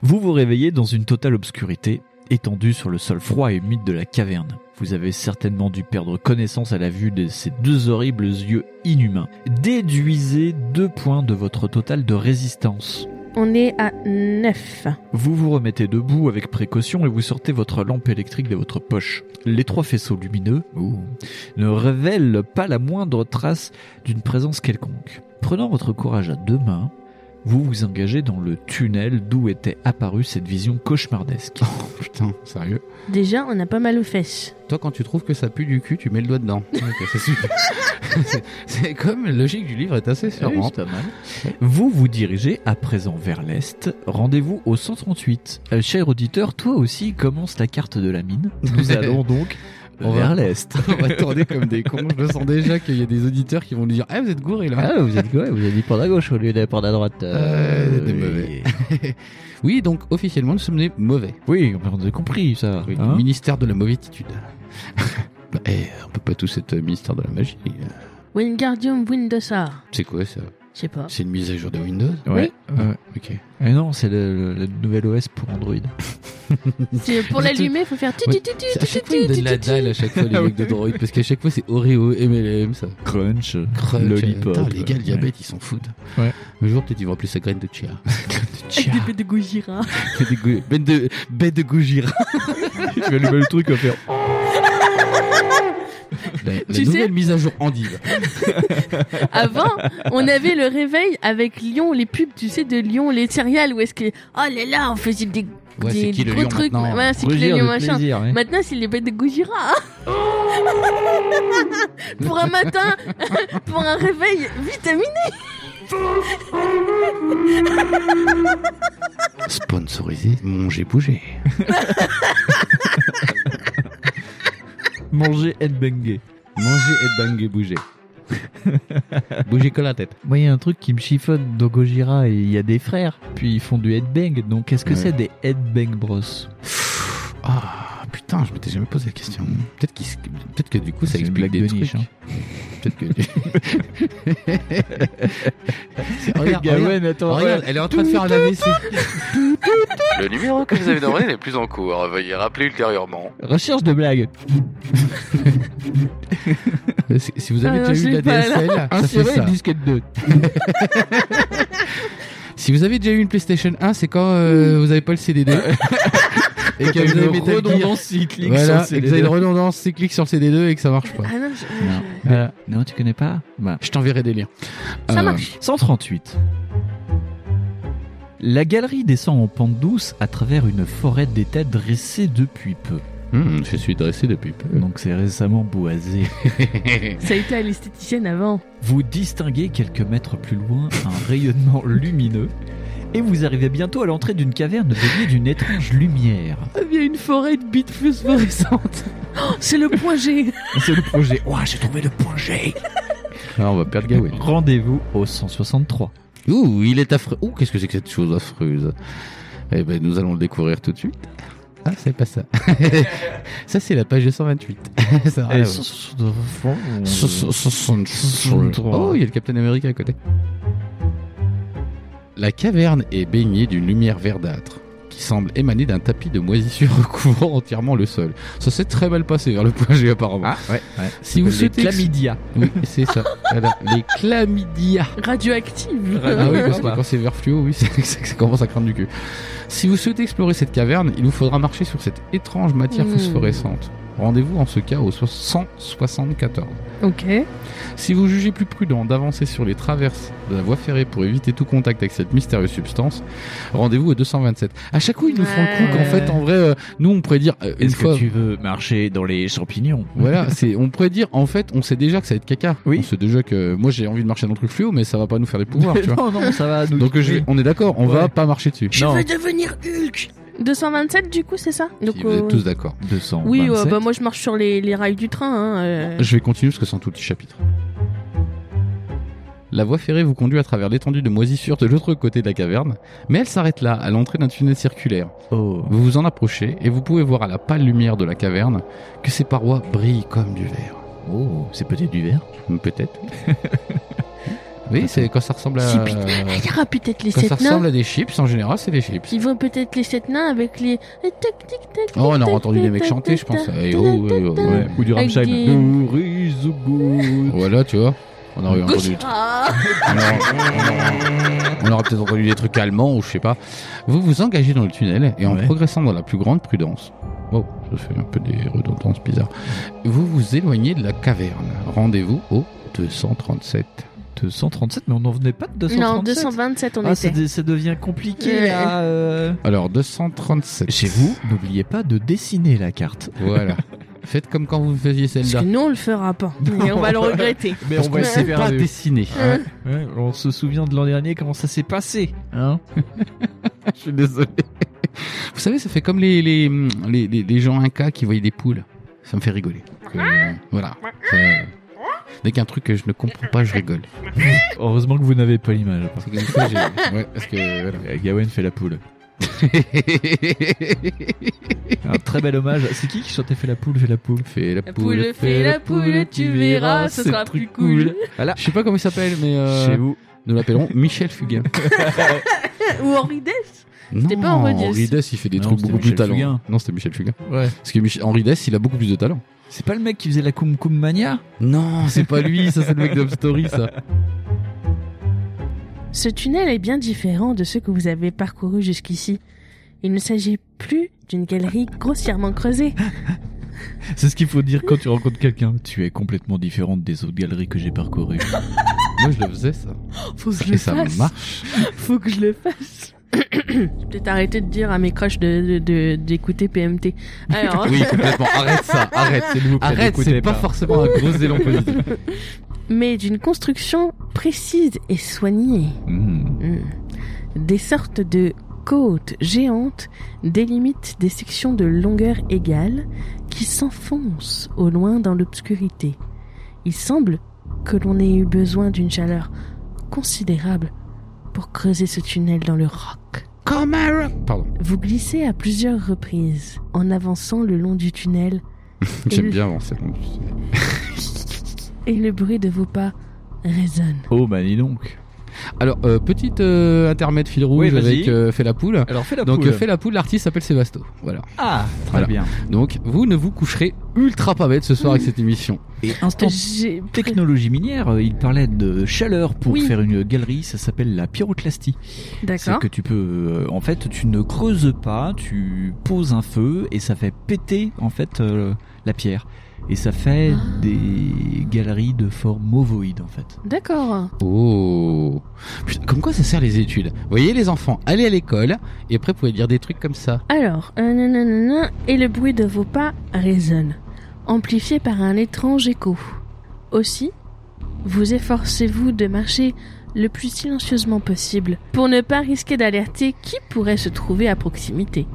D: Vous vous réveillez dans une totale obscurité, étendue sur le sol froid et humide de la caverne. Vous avez certainement dû perdre connaissance à la vue de ces deux horribles yeux inhumains. Déduisez deux points de votre total de résistance.
E: On est à 9.
D: Vous vous remettez debout avec précaution et vous sortez votre lampe électrique de votre poche. Les trois faisceaux lumineux ouh, ne révèlent pas la moindre trace d'une présence quelconque. Prenant votre courage à deux mains, vous vous engagez dans le tunnel d'où était apparue cette vision cauchemardesque.
C: Putain, sérieux.
E: Déjà, on a pas mal aux fesses.
C: Toi, quand tu trouves que ça pue du cul, tu mets le doigt dedans. Ok, c'est super. C'est- c'est comme la logique du livre est assez
D: Ah
C: sûrement.
D: Vous vous dirigez à présent vers l'est. Rendez-vous au 138. Euh, cher auditeur, toi aussi commence la carte de la mine. Nous allons donc
C: On va-
D: vers l'est.
C: On va tourner comme des cons. Je sens déjà qu'il y a des auditeurs qui vont nous dire Eh, vous êtes gourés là.
D: Ah, vous êtes quoi Vous avez dit prendre à gauche au lieu d'aller prendre à droite.
C: Euh, des mauvais. Oui, donc officiellement, nous sommes des mauvais.
D: Oui, on a compris ça.
C: Oui,
D: hein.
C: ministère de la mauvaisitude. bah, eh, on peut pas tous être euh, ministère de la magie.
E: Wingardium Windosar.
C: C'est quoi ça
E: Je sais pas.
C: C'est une mise à jour de Windows
D: Ouais. Ouais.
C: Ok.
D: Mais non, c'est le, le- le nouvel OS pour Android.
E: C'est- Pour l'allumer, faut faire tu tu tu tu
C: C'est- À
E: tu
C: chaque
E: tu
C: fois, ils me
E: tu,
C: donnent la
E: tu,
C: dalle à chaque fois les mecs de Droid parce qu'à chaque fois, c'est Oreo, MLM, ça.
D: Crunch. euh,
C: Crunch.
D: Lollipop.
C: Putain, les gars, le
D: Ouais.
C: diabète, ils s'en foutent.
D: Ouais.
C: Un jour, peut-être, ils vont appeler ça graine de chia.
E: Avec des bêtes de Gojira.
C: Bête de gou- bête de, bête de Gojira.
D: tu vas allumer le truc à faire.
C: La, la
E: Tu sais-
C: nouvelle mise à jour endive.
E: Avant, on avait le réveil avec Lyon, les pubs, tu sais, de Lyon, les céréales, où est-ce que. Oh là là, on faisait des,
C: Ouais,
E: des
C: c'est qui le
E: gros
C: lion
E: trucs.
C: maintenant
E: Ouais, Ah, c'est qui le lion, machin.
D: ouais.
E: Maintenant, c'est les bêtes de Gojira. pour un matin, pour un réveil vitaminé.
C: Sponsorisé, mangez, bougez.
D: Manger headbanger.
C: Manger et banger, bouger. bouger que la tête.
D: Moi, il y a un truc qui me chiffonne dans Gojira, il y a des frères, puis ils font du headbang, donc qu'est-ce que
C: Ouais.
D: c'est des headbang bros
C: Ah putain, je m'étais jamais posé la question. Peut-être qu'il se- peut-être que du coup ça
D: C'est une
C: explique
D: blague
C: des
D: de
C: trucs.
D: niche, hein.
C: Peut-être que. regarde,
D: Gawain,
C: regarde,
D: attends,
C: regarde,
D: ouais.
C: elle est en train de faire un AVC.
G: Le numéro que vous avez demandé n'est plus en cours. Veuillez rappeler ultérieurement.
D: recherche de blague.
C: Si- si vous avez
E: Ah non,
C: déjà eu
E: je
C: de la
E: l'ai pas, là.
C: DSL, ça fait
D: Insérer
C: ça.
D: une disquette 2.
C: Si vous avez déjà eu une PlayStation 1, c'est quand euh, vous avez pas le CDD. et que vous avez Metal Gear.
D: cyclique
C: Voilà,
D: sur
C: et que vous avez une redondance, c'est clique sur le CD2 et que ça marche pas.
E: Ah non, je-
C: Non.
D: Voilà. Non, tu connais pas Bah.
C: Je t'enverrai des liens.
E: ça
C: Euh,
E: marche.
D: 138. La galerie descend en pente douce à travers une forêt d'étais dressée depuis peu.
C: hmm, je suis dressé depuis peu.
D: Donc c'est récemment boisé.
E: Ça a été à l'esthéticienne avant.
D: Vous distinguez quelques mètres plus loin un rayonnement lumineux et vous arrivez bientôt à l'entrée d'une caverne baignée d'une étrange lumière.
E: Il y a une forêt de bites phosphorescentes. Oh, c'est le point G.
D: C'est le projet. Ouah, j'ai trouvé le point G.
C: Alors Ah, on va perdre Gawain.
D: Rendez-vous au 163.
C: Ouh, il est affreux. Ouh, qu'est-ce que c'est que cette chose affreuse Eh ben, nous allons le découvrir tout de suite. Ah, c'est pas ça. ça, c'est la page 228. ça
D: Eh,
C: arrive.
D: 163.
C: Oh, il y a le Captain America à côté. La caverne est baignée d'une lumière verdâtre qui qui semble émaner d'un tapis de moisissures recouvrant entièrement le sol. Ça s'est très mal passé vers le point G apparemment.
D: Ah, ouais, ouais.
C: si vous souhaitez... que-
D: chlamydia.
C: Oui, c'est ça. Voilà, Les chlamydia.
E: Radioactive.
C: Ah oui, parce que quand c'est vert fluo, oui, c'est- c'est- ça commence à craindre du cul. Si vous souhaitez explorer cette caverne, il vous faudra marcher sur cette étrange matière
E: Hmm.
C: phosphorescente. Rendez-vous en ce cas au so- 174.
E: Ok.
C: Si vous jugez plus prudent d'avancer sur les traverses de la voie ferrée pour éviter tout contact avec cette mystérieuse substance, rendez-vous au 227. À chaque coup, ils nous font le coup qu'en
E: Ouais.
C: fait, en vrai, euh, nous, on pourrait dire euh, une
D: Est-ce
C: fois.
D: que tu veux marcher dans les champignons
C: Voilà, c'est, on pourrait dire, en fait, on sait déjà que ça va être caca.
D: Oui.
C: On sait déjà que, moi, j'ai envie de marcher dans le truc fluo, mais ça va pas nous faire des pouvoirs, tu vois.
D: Non, non, ça va. Nous...
C: Donc, je vais- on est d'accord, on va
D: Ouais.
C: pas marcher dessus.
B: Je
D: Non.
B: veux devenir Hulk
E: 227 du coup, c'est ça
B: Donc,
C: Si vous êtes
B: euh,
C: tous d'accord.
D: 200.
E: Oui, ouais, bah moi je marche sur les, les rails du train. Hein, euh.
C: Je vais continuer parce que c'est un tout petit chapitre. La voie ferrée vous conduit à travers l'étendue de moisissures de l'autre côté de la caverne, mais elle s'arrête là, à l'entrée d'un tunnel circulaire.
D: Oh.
C: Vous vous en approchez et vous pouvez voir à la pâle lumière de la caverne que ses parois brillent comme du verre. Mm,
D: Oh, c'est peut-être du verre.
C: Peut-être. oui. oui, c'est quand ça ressemble à. euh,
E: Si, putain, Il y aura peut-être les
C: Quand ça
E: sept nains.
C: ressemble à des chips, en général, c'est des chips.
E: Ils vont peut-être les sept nains avec les. les tac, tic, tac, tic,
C: Oh, on
E: tac,
C: aura entendu
E: tac,
C: les mecs
E: tac,
C: chanter, je
E: tac,
C: pense.
E: tac,
C: Eh,
E: tac,
C: oh,
E: tac,
C: eh, oh,
E: tac.
C: ouais.
D: Ou du
E: Rammstein. Avec des-
D: Nourris au bout.
C: Voilà, tu vois. On aurait entendu.
E: Ah,
C: On aura peut-être entendu des trucs allemands ou je sais pas. Vous vous engagez dans le tunnel et en
D: Ouais.
C: progressant dans la plus grande prudence. Wow, ça fait un peu des redondances bizarres. Vous vous éloignez de la caverne. Rendez-vous au 237.
D: 237, mais on n'en venait pas de 237.
E: Ah, Non, 227 on
D: Ah, ça,
E: était.
D: de- ça devient compliqué
E: Ouais.
D: là. euh.
C: Alors 237.
D: Chez vous, n'oubliez pas de dessiner la carte.
C: Voilà. Faites comme quand vous faisiez
E: Parce que
C: celle-là.
E: nous on le fera pas. Et on va le regretter.
D: Mais
C: Parce
D: on
C: que
D: va essayer
C: c'est pas
D: de-
C: dessiné.
D: Ouais, ouais, on se souvient de l'an dernier comment ça s'est passé, hein
C: Je suis désolé. Vous savez, ça fait comme les, les, les, les- les gens Inca qui voyaient des poules. Ça me fait rigoler. Donc, euh, voilà. C'est- Dès qu'un truc que je ne comprends pas, je rigole.
D: Heureusement que vous n'avez pas l'image.
C: Parce que, une fois, j'ai- ouais, parce que voilà.
D: Euh, Gawain fait la poule. Un très bel hommage. C'est qui qui chantait fait la poule, fait la poule
C: Fais la
E: poule, fais la poule, tu verras, ce
D: c'est
E: sera
D: le truc
E: plus cool.
D: Voilà.
C: Je sais pas comment il s'appelle, mais euh,
D: Chez vous.
C: nous l'appellerons Michel Fugain.
E: Ou Henri Dess.
C: C'était
E: pas Henri Dess.
C: Henri Dess, il fait des
D: Non,
C: trucs
D: c'était
C: beaucoup plus
D: Michel
C: talents.
D: Fugain.
C: Non, c'était Michel Fugain.
D: Ouais.
C: Parce que Mich- Henri Dess, il a beaucoup plus de talent.
D: C'est pas le mec qui faisait la Kum Kum Mania
C: Non, c'est pas lui, ça c'est le mec d'Hub Story, ça.
E: Ce tunnel est bien différent de ceux que vous avez parcourus jusqu'ici. Il ne s'agit plus d'une galerie grossièrement creusée.
D: C'est ce qu'il faut dire quand tu rencontres quelqu'un. Tu es complètement différente des autres galeries que j'ai parcourues.
C: Moi je le faisais, ça.
E: Faut que je
C: Et
E: le
C: ça
E: fasse.
C: marche.
E: Faut que je le fasse. J'ai peut-être arrêté de dire à mes crushs de, de- de- d'écouter PMT. Alors,
C: Oui, complètement. Arrête ça, arrête, c'est nouveau. Arrête, c'est pas forcément un gros élan positif.
E: mais d'une construction précise et soignée.
D: Hmm.
E: Hmm. Des sortes de côtes géantes délimitent des sections de longueur égale qui s'enfoncent au loin dans l'obscurité. Il semble que l'on ait eu besoin d'une chaleur considérable pour creuser ce tunnel dans le roc.
C: Comme un rock. Pardon,
E: Vous glissez à plusieurs reprises en avançant le long du tunnel
C: j'aime bien avancer.
E: et le bruit de vos pas résonne.
D: Oh, bah dis donc.
C: Alors, euh, petite euh, intermède fil rouge
D: Oui, vas-y.
C: avec euh, Fais la poule.
D: Alors fais la
C: Donc,
D: poule.
C: euh, Fais la poule, l'artiste s'appelle Sébasto. Voilà.
D: Ah, très
C: Voilà.
D: bien.
C: Donc, vous ne vous coucherez ultra pas bête ce soir avec cette émission.
D: Et instant
E: J'ai
D: technologie minière, euh, il parlait de chaleur pour
E: Oui.
D: faire une galerie, ça s'appelle la pyroclastie. C'est
E: D'accord.
D: que tu peux, euh, en fait, tu ne creuses pas, tu poses un feu et ça fait péter en fait euh, la pierre. Et ça fait
E: Ah.
D: des galeries de forme ovoïde en fait.
E: D'accord.
C: Oh. Putain, comme quoi ça sert les études. Vous voyez, les enfants, allez à l'école et après, vous pouvez dire des trucs comme ça.
E: Alors, euh, nananana, et le bruit de vos pas résonne, amplifié par un étrange écho. Aussi, vous efforcez-vous de marcher le plus silencieusement possible pour ne pas risquer d'alerter qui pourrait se trouver à proximité.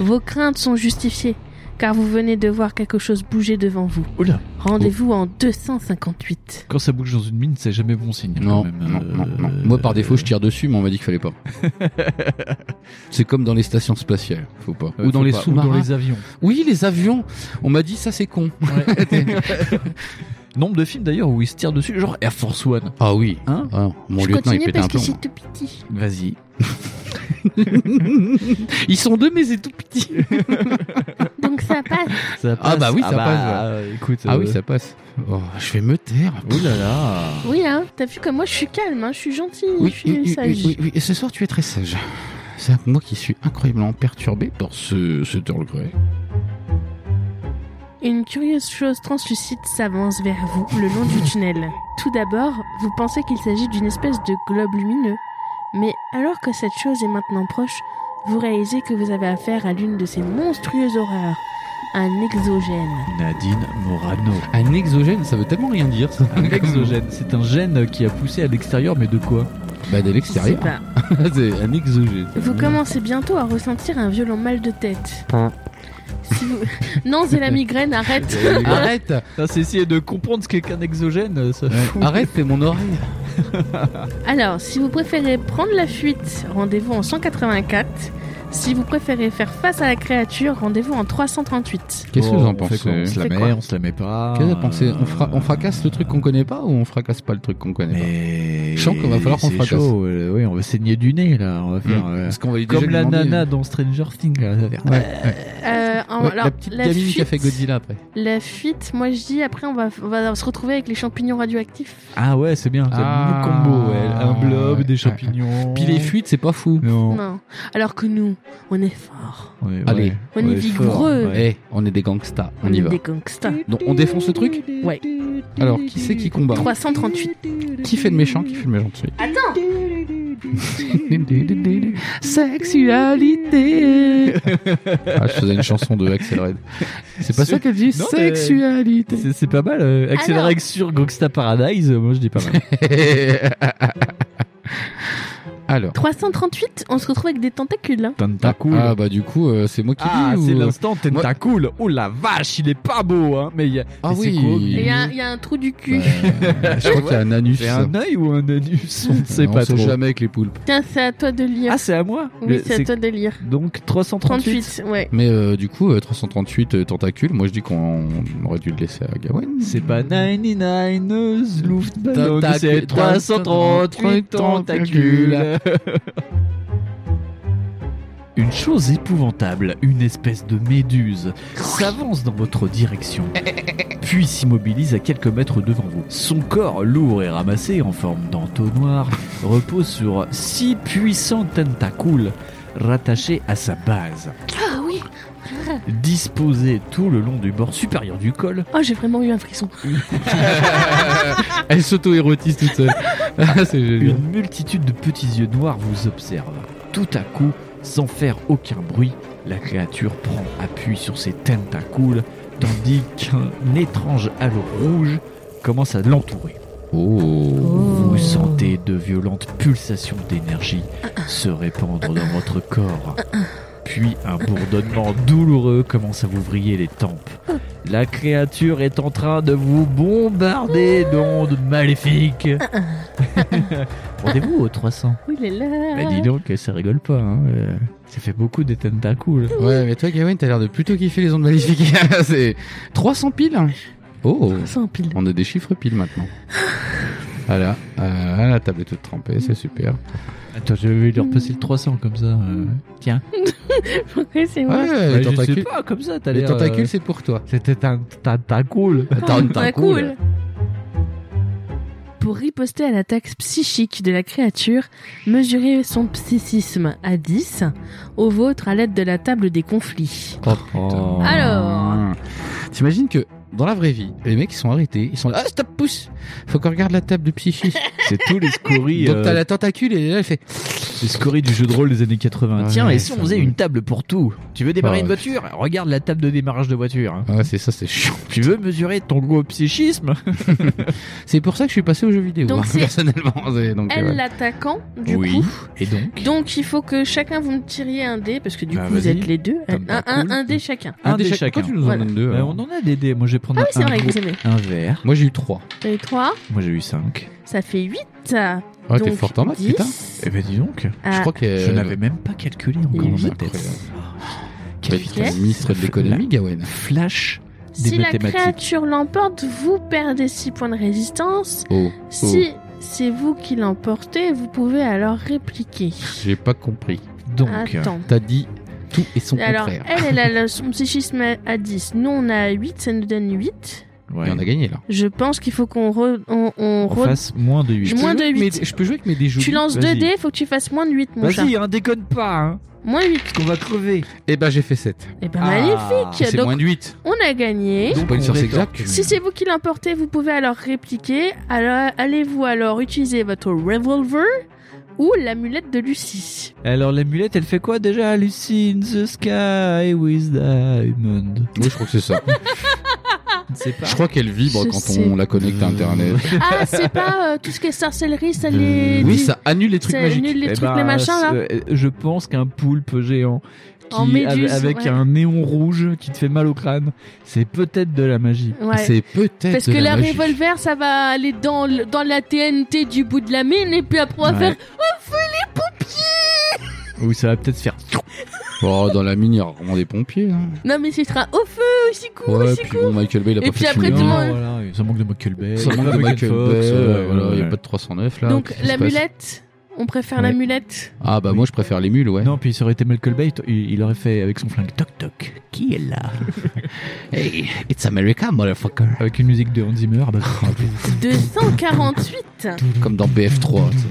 E: Vos craintes sont justifiées, car vous venez de voir quelque chose bouger devant vous.
D: Oula,
E: Rendez-vous en 258.
D: quand ça bouge dans une mine, c'est jamais bon signe.
C: Non,
D: quand même.
C: non,
D: Euh,
C: non, non. Moi, par défaut, je tire dessus, mais on m'a dit qu'il fallait pas. C'est comme dans les stations spatiales. Faut pas.
D: euh,
C: ou dans
D: faut
C: les
D: pas,
C: sous-marins.
D: ou dans les avions.
C: Oui, les avions. On m'a dit ça, c'est con.
D: Nombre de films d'ailleurs où ils se tirent dessus, genre Air Force One.
C: Ah oui.
D: Hein
C: Ah, mon
E: Je
C: lieutenant, il
E: continue
C: pétait un
E: parce que
C: plomb.
E: c'est tout petit.
D: Vas-y.
F: Ils sont deux, mais c'est tout petit.
B: Donc ça passe.
D: Ça
C: Ah bah oui, ça passe,
D: euh, écoute.
C: Ah oui,
D: euh,
C: ça passe. Oh, je vais me taire.
D: Oh là là.
E: Oui, hein, t'as vu comme moi je suis calme, hein, je suis gentille,
C: Oui,
E: je
C: oui,
E: suis
C: oui,
E: sage.
C: oui, oui. Et ce soir, tu es très sage. C'est moi qui suis incroyablement perturbé par ce, ce Earl Grey.
E: Une curieuse chose translucide s'avance vers vous le long du tunnel. Tout d'abord, vous pensez qu'il s'agit d'une espèce de globe lumineux. Mais alors que cette chose est maintenant proche, vous réalisez que vous avez affaire à l'une de ces monstrueuses horreurs, un exogène.
D: Nadine Morano.
C: Un exogène, ça veut tellement rien dire, ça.
D: Un exogène. C'est un gène qui a poussé à l'extérieur, mais de quoi
C: Bah, de
E: Je sais
C: l'extérieur.
E: pas.
C: C'est un exogène.
E: Vous
D: Mmh.
E: commencez bientôt à ressentir un violent mal de tête. Si vous- Non, c'est la migraine, arrête.
C: Arrête
D: Ah, C'est essayer de comprendre ce qu'est qu'un exogène, euh, ça fout.
C: Arrête, c'est mon oreille.
E: Alors, si vous préférez prendre la fuite, rendez-vous en 184. Si vous préférez faire face à la créature, rendez-vous en 338.
C: Qu'est-ce que
D: Bon,
C: vous en
D: on fait
C: pensez
D: quoi On se la
E: Fait
D: met,
E: quoi
D: on se la met pas.
C: Qu'est-ce que vous en pensez on, fra-
D: fera
C: on fracasse le truc qu'on connaît pas ou on fracasse pas le truc qu'on
D: Eh ben,
C: connaît pas
D: Mais.
C: Je sens qu'on va falloir qu'on
D: C'est
C: fracasse.
D: chaud, euh, oui, on va saigner du nez, là. On va faire.
C: Mmh.
D: euh,
C: Parce qu'on va lui déjà
D: Comme la
C: demander-
D: nana dans Stranger Things, là. ça va faire-
C: Ouais, ouais.
E: Euh, en-
C: Ouais,
E: alors,
C: la petite gamine qui a fait Godzilla après.
E: la fuite, moi je dis, après on va, on va se retrouver avec les champignons radioactifs.
D: Ah ouais, c'est bien. C'est
C: Ah.
D: un bon combo, ouais. Ah, Un blob,
C: Ouais.
D: des champignons.
C: Puis les fuites, c'est pas fou.
D: Non.
E: Non. Alors que nous, on est forts.
D: On est-
C: Allez.
D: ouais.
E: On est vigoureux.
C: Eh,
D: ouais.
C: on est des gangsters, on y
E: est
C: va.
E: des gangsters.
C: Donc on défonce le truc
E: Ouais.
C: Alors, qui c'est qui combat
E: 338.
C: Qui fait le méchant Qui fait le méchant de suite
E: Attends
C: Sexualité Ah, je faisais une chanson de Axel Red. C'est pas
D: C'est-
C: ça qu'elle dit
D: Non, mais-
C: Sexualité
D: C'est c'est pas mal. euh, Accélérer sur Gangsta Paradise, euh, moi je dis pas mal.
C: Alors.
E: 338, on se retrouve avec des tentacules. hein.
D: Tentacool.
C: Ah, bah du coup, euh, c'est moi qui
D: Ah,
C: dis
D: c'est
C: ou...
D: l'instant Tentacool. Oh la vache, il est pas beau, hein. Mais il y a.
C: Ah
D: mais c'est
C: oui.
D: quoi,
E: Et Il y, a-
D: Guillaume
E: il y a un trou du cul.
C: Euh, je crois qu'il y a un anus.
D: C'est un œil ou un anus On ne sait
C: On
D: pas
C: sait
D: trop.
C: jamais avec les poulpes.
E: Tiens, c'est à toi de lire.
D: Ah, c'est à moi
E: oui,
D: Le-
E: c'est à toi de lire.
D: Donc 338.
E: 38, ouais.
C: Mais euh, du coup, euh, 338 euh, tentacules, moi je dis qu'on on aurait dû le laisser à Gawain.
D: C'est pas 99 Luftballon,
C: Tentac-
D: c'est 338 tentacules. Une chose épouvantable, une espèce de méduse, s'avance dans votre direction, puis s'immobilise à quelques mètres devant vous. Son corps, lourd et ramassé en forme d'entonnoir, repose sur six puissants tentacules rattachés à sa base,
E: Ah oui
D: disposés tout le long du bord supérieur du col,
E: Oh, j'ai vraiment eu un frisson.
C: Elle s'auto-érotise toute seule. Ah, c'est génial.
D: Une multitude de petits yeux noirs vous observe. Tout à coup, sans faire aucun bruit, la créature prend appui sur ses tentacules, tandis qu'un étrange halo rouge commence à l'entourer.
C: Oh.
D: Vous sentez de violentes pulsations d'énergie se répandre dans votre corps. Puis un bourdonnement douloureux commence à vous vriller les tempes. La créature est en train de vous bombarder d'ondes maléfiques. Rendez-vous au 300.
E: Oui, il est là.
D: Bah dis donc, ça rigole pas, hein. euh, Ça fait beaucoup des tentacules.
C: Ouais, mais toi, Gawain, t'as l'air de plutôt kiffer les ondes magnifiques. c'est 300 piles. Oh.
E: Ça en pile.
C: On a des chiffres piles maintenant. Voilà, euh, la table est toute trempée, c'est super.
D: Attends, je vais leur passer le 300 comme ça. euh. Tiens.
E: Pourquoi c'est moi
C: Ouais, les
D: Bah, je sais
C: tentacules,
D: pas, comme ça, t'as
C: les
D: l'air, euh,
C: tentacules c'est pour toi.
D: C'était un tentacule.
E: Ah, cool. Pour riposter à l'attaque psychique de la créature, mesurez son psychisme à 10, au vôtre à l'aide de la table des conflits.
C: Oh, putain.
E: Alors
C: T'imagines que dans la vraie vie, les mecs ils sont arrêtés, ils sont là, ah stop pouce, faut qu'on regarde la table de psychisme.
D: C'est tous les scories,
C: Donc
D: euh,
C: t'as la tentacule et là elle fait,
D: les scories du jeu de rôle des années 80.
C: Ouais,
D: Tiens, et si
C: ça
D: on faisait
C: me-
D: une table pour tout Tu veux démarrer
C: Ah,
D: une voiture Regarde la table de démarrage de voiture. hein.
C: ah c'est ça c'est chiant.
D: Tu veux mesurer ton gros psychisme
C: C'est pour ça que je suis passé aux jeux vidéo.
E: Donc,
C: hein,
E: c'est-
C: personnellement, c'est- donc euh,
E: elle
C: ouais.
E: l'attaquant, du
D: Oui.
E: coup.
D: Et donc
E: Donc il faut que chacun vous me tiriez un dé, parce que du
D: Bah,
E: coup vous
D: vas-y.
E: êtes les deux.
D: Comme
E: Un,
D: pas
E: un,
D: cool.
E: un dé chacun.
D: Un,
C: dé
D: des
C: chaque-
D: chacun.
C: Pourquoi tu nous en
E: Voilà.
C: donnes deux
D: Bah,
C: alors
D: on en a des dés. Moi, je vais prendre
E: Ah oui, c'est
D: un,
E: vrai que
D: gros-
E: vous aimez.
D: un verre.
C: Moi j'ai eu 3.
E: T'as eu 3,
D: Moi, j'ai eu 5.
E: ça fait 8. Ah,
C: Ouais, t'es fort en maths, putain.
D: Eh ben, dis donc.
C: Je crois que euh, bah,
D: Je n'avais même pas calculé encore dans ma
C: Incroyable.
D: tête.
C: Bah,
D: Quelle
C: t'es ministre de l'économie, Gawain.
D: Flash des
E: Si la
D: mathématiques.
E: créature l'emporte, vous perdez 6 points de résistance.
C: Oh,
E: Si c'est vous qui l'emportez, vous pouvez alors répliquer.
C: j'ai pas compris.
D: Donc,
E: Attends.
C: T'as dit tout et son
E: Alors,
C: euh, contraire.
E: elle, elle a le- son psychisme à- à 10. Nous, on a 8, ça nous donne 8.
D: ouais,
C: Et on a gagné là.
E: Je pense qu'il faut qu'on re- on, on
D: on
E: re-
D: fasse moins de
E: Je
D: 8.
E: m'en- Moins de
C: Je peux jouer avec
E: huit.
C: mes- Je peux jouer avec mes déjoues.
E: Tu lances
D: Vas-y.
E: 2 dés, faut que tu fasses moins de 8, mon chat.
D: Vas-y, hein, déconne pas, hein,
E: Moins 8.
D: parce qu'on va crever.
C: Eh ben j'ai fait 7.
E: Eh ben,
D: Ah,
E: magnifique.
C: C'est
E: Donc,
C: moins de 8.
E: on a gagné.
C: C'est pas une
D: on
C: science
D: rétorque.
C: exacte.
E: Si c'est vous qui l'emportez, vous pouvez alors répliquer. Alors, allez-vous alors utiliser votre revolver ou l'amulette de Lucie
D: Alors, l'amulette, elle fait quoi déjà Lucy in the sky with diamond.
C: Moi je crois que c'est ça.
D: C'est pas.
C: je crois qu'elle vibre
E: Je
C: quand
E: sais.
C: on la connecte à internet.
E: Ah, c'est pas euh, tout ce qui est sorcellerie, ça les.
C: Oui, ça annule les trucs
E: ça
C: magiques.
E: annule les
D: Eh
E: trucs,
D: ben,
E: les machins là.
D: c'est- euh, Je pense qu'un poulpe géant qui,
E: En méduse,
D: avec
E: ouais.
D: un néon rouge qui te fait mal au crâne, c'est peut-être de la magie.
E: Ouais.
C: C'est peut-être.
E: Parce
C: de
E: que
C: la
E: la
C: magie.
E: revolver, ça va aller dans, le- dans la TNT du bout de la mine, et puis après on va
D: Ouais.
E: faire.
D: Ou Ah ça va peut-être faire.
C: Oh, dans la mine, il y a rarement des pompiers. hein.
E: Non, mais ce sera au feu, aussi cool,
C: Ouais,
E: aussi
C: puis
E: cool.
C: bon, Michael Bay, il a
E: Et
C: pas
E: puis
C: fait de
E: après,
C: film.
E: tout le monde-
D: voilà, ça manque de Michael Bay.
C: Ça manque de Michael
D: Fox,
C: Bay,
D: euh,
C: voilà, il n'y a
D: ouais.
C: pas de 309 là.
E: Donc,
C: qu'est-ce qui se passe
E: l'amulette, on préfère
D: Ouais.
E: l'amulette.
C: Ah bah moi je préfère les mules, ouais.
D: Non, puis ça aurait été Michael Bay, t- il il aurait fait avec son flingue toc toc. Qui est là
F: Hey, it's America, motherfucker.
D: Avec une musique de Hans Zimmer. ah bah,
E: 248
C: Comme dans BF3. tu sais.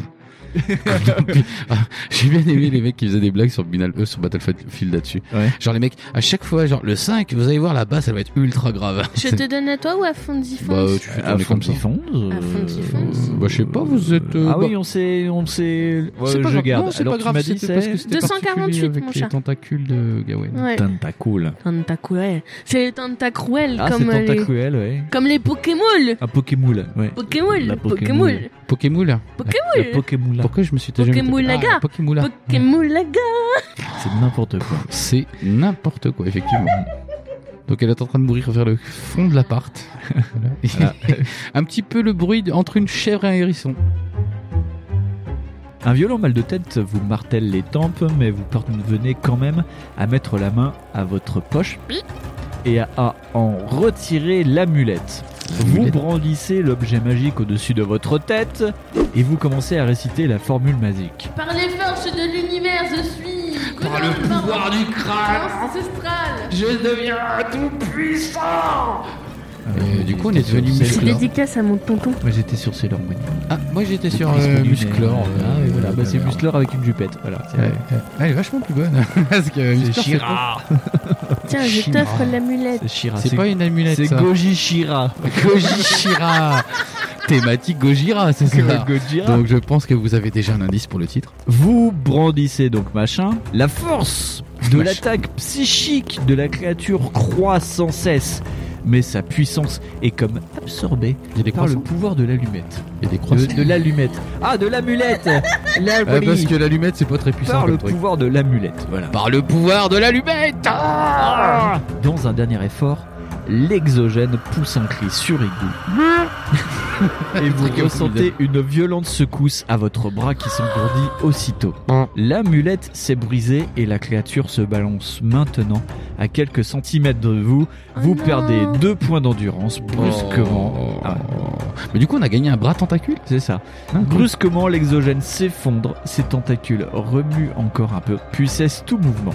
C: Comme dans B- Ah, J'ai bien aimé les mecs qui faisaient des blagues sur, Binal- euh, sur Battlefield là-dessus.
D: Ouais.
C: Genre les mecs, à chaque fois, genre le 5, vous allez voir la base, elle va être ultra grave.
E: Je te donne à toi ou à Fonzi
C: Bah euh,
E: Fonzi
C: tu fais
D: à
C: tourner comme ça.
D: Fonz, euh,
E: À Ah, Fonz, Fonz.
C: Bah, je sais pas, vous êtes, euh,
D: ah oui,
C: bah-
D: on s'est. On s'est. Ouais,
C: C'est pas
D: je
C: grave.
D: garde.
C: Non, c'est
D: Alors,
C: pas
D: tu
C: grave,
D: m'as dit,
C: c'était parce
D: c'est-
C: que c'était
E: 248,
C: particulier avec
E: mon
C: les
E: chat.
C: tentacules de Gawain.
E: Ouais.
D: Tentacool.
E: Tentacruel. C'est les tentacruel
D: Ah, c'est
E: comme, euh, les...
D: Tentacruel, ouais.
E: comme les Pokémon.
D: Un Pokémoul, ouais. La
E: Pokémon,
D: Pokémoule.
E: Pokémon,
C: Pokémoula.
D: La
E: Pokémon,
D: Pokémoula.
C: Pourquoi je me suis déjà
E: Pokémoulaga.
C: Ah, Pokémoula. Ah,
E: Pokémon la gare.
D: C'est n'importe quoi.
C: C'est n'importe quoi, effectivement. Donc elle est en train de mourir vers le fond de l'appart. Voilà. un petit peu le bruit d- entre une chèvre et un hérisson.
D: Un violent mal de tête vous martèle les tempes, mais vous parvenez quand même à mettre la main à votre poche et à, à en retirer l'amulette. Vous
C: L'amulette.
D: brandissez l'objet magique au-dessus de votre tête et vous commencez à réciter la formule magique.
E: Par les forces de l'univers, je suis. Par le pouvoir du crâne. Ancestral.
C: Euh, du coup, on est
D: J'étais
C: devenu
D: sur
C: musclé.
D: Sailor-
E: C'est dédicace à mon tonton.
D: Moi, J'étais sur Sailor Moon.
C: Ah, moi j'étais sur
D: Sailor Moon,
C: euh,
D: mais-
C: Musclor.
D: Ah,
C: euh,
D: et voilà, bah, c'est
C: merde.
D: Musclor avec une jupette. Voilà.
C: Ouais, ouais. Elle est vachement plus bonne. Parce que Musclor, c'est
D: Shira.
E: Tiens, je
C: Chimera.
E: t'offre l'amulette.
D: C'est Shira.
C: pas- C'est pas une amulette.
D: C'est
C: ça.
D: Goji Shira.
C: Gojira. Thématique Gojira, c'est ça.
D: Gojira.
C: Donc je pense que vous avez déjà un indice pour le titre.
D: Vous brandissez donc machin. La force de
C: Machin.
D: l'attaque psychique de la créature croît sans cesse, mais sa puissance est comme absorbée
C: Il y a des
D: par le
C: croissants.
D: pouvoir de l'allumette.
C: Il y a des
D: De,
C: croissants.
D: de l'allumette. Ah, de l'amulette La
C: Euh,
D: folie.
C: parce que l'allumette, c'est pas très puissant
D: Par
C: comme
D: le
C: truc. Bah.
D: pouvoir de l'amulette, voilà.
C: Par le pouvoir de l'allumette Ah
D: Dans un dernier effort, l'exogène pousse un cri suraigu.
C: Ah
D: Et vous
C: Très
D: ressentez une violente secousse à votre bras qui s'engourdit aussitôt.
C: Hein.
D: L'amulette s'est brisée et la créature se balance maintenant à quelques centimètres de vous. Vous
E: Oh non.
D: perdez deux points d'endurance brusquement.
C: Oh.
D: Ah,
C: Mais du coup, on a gagné un bras tentacule.
D: c'est ça.
C: Hein
D: Brusquement, l'exogène s'effondre, ses tentacules remuent encore un peu, puis cesse tout mouvement.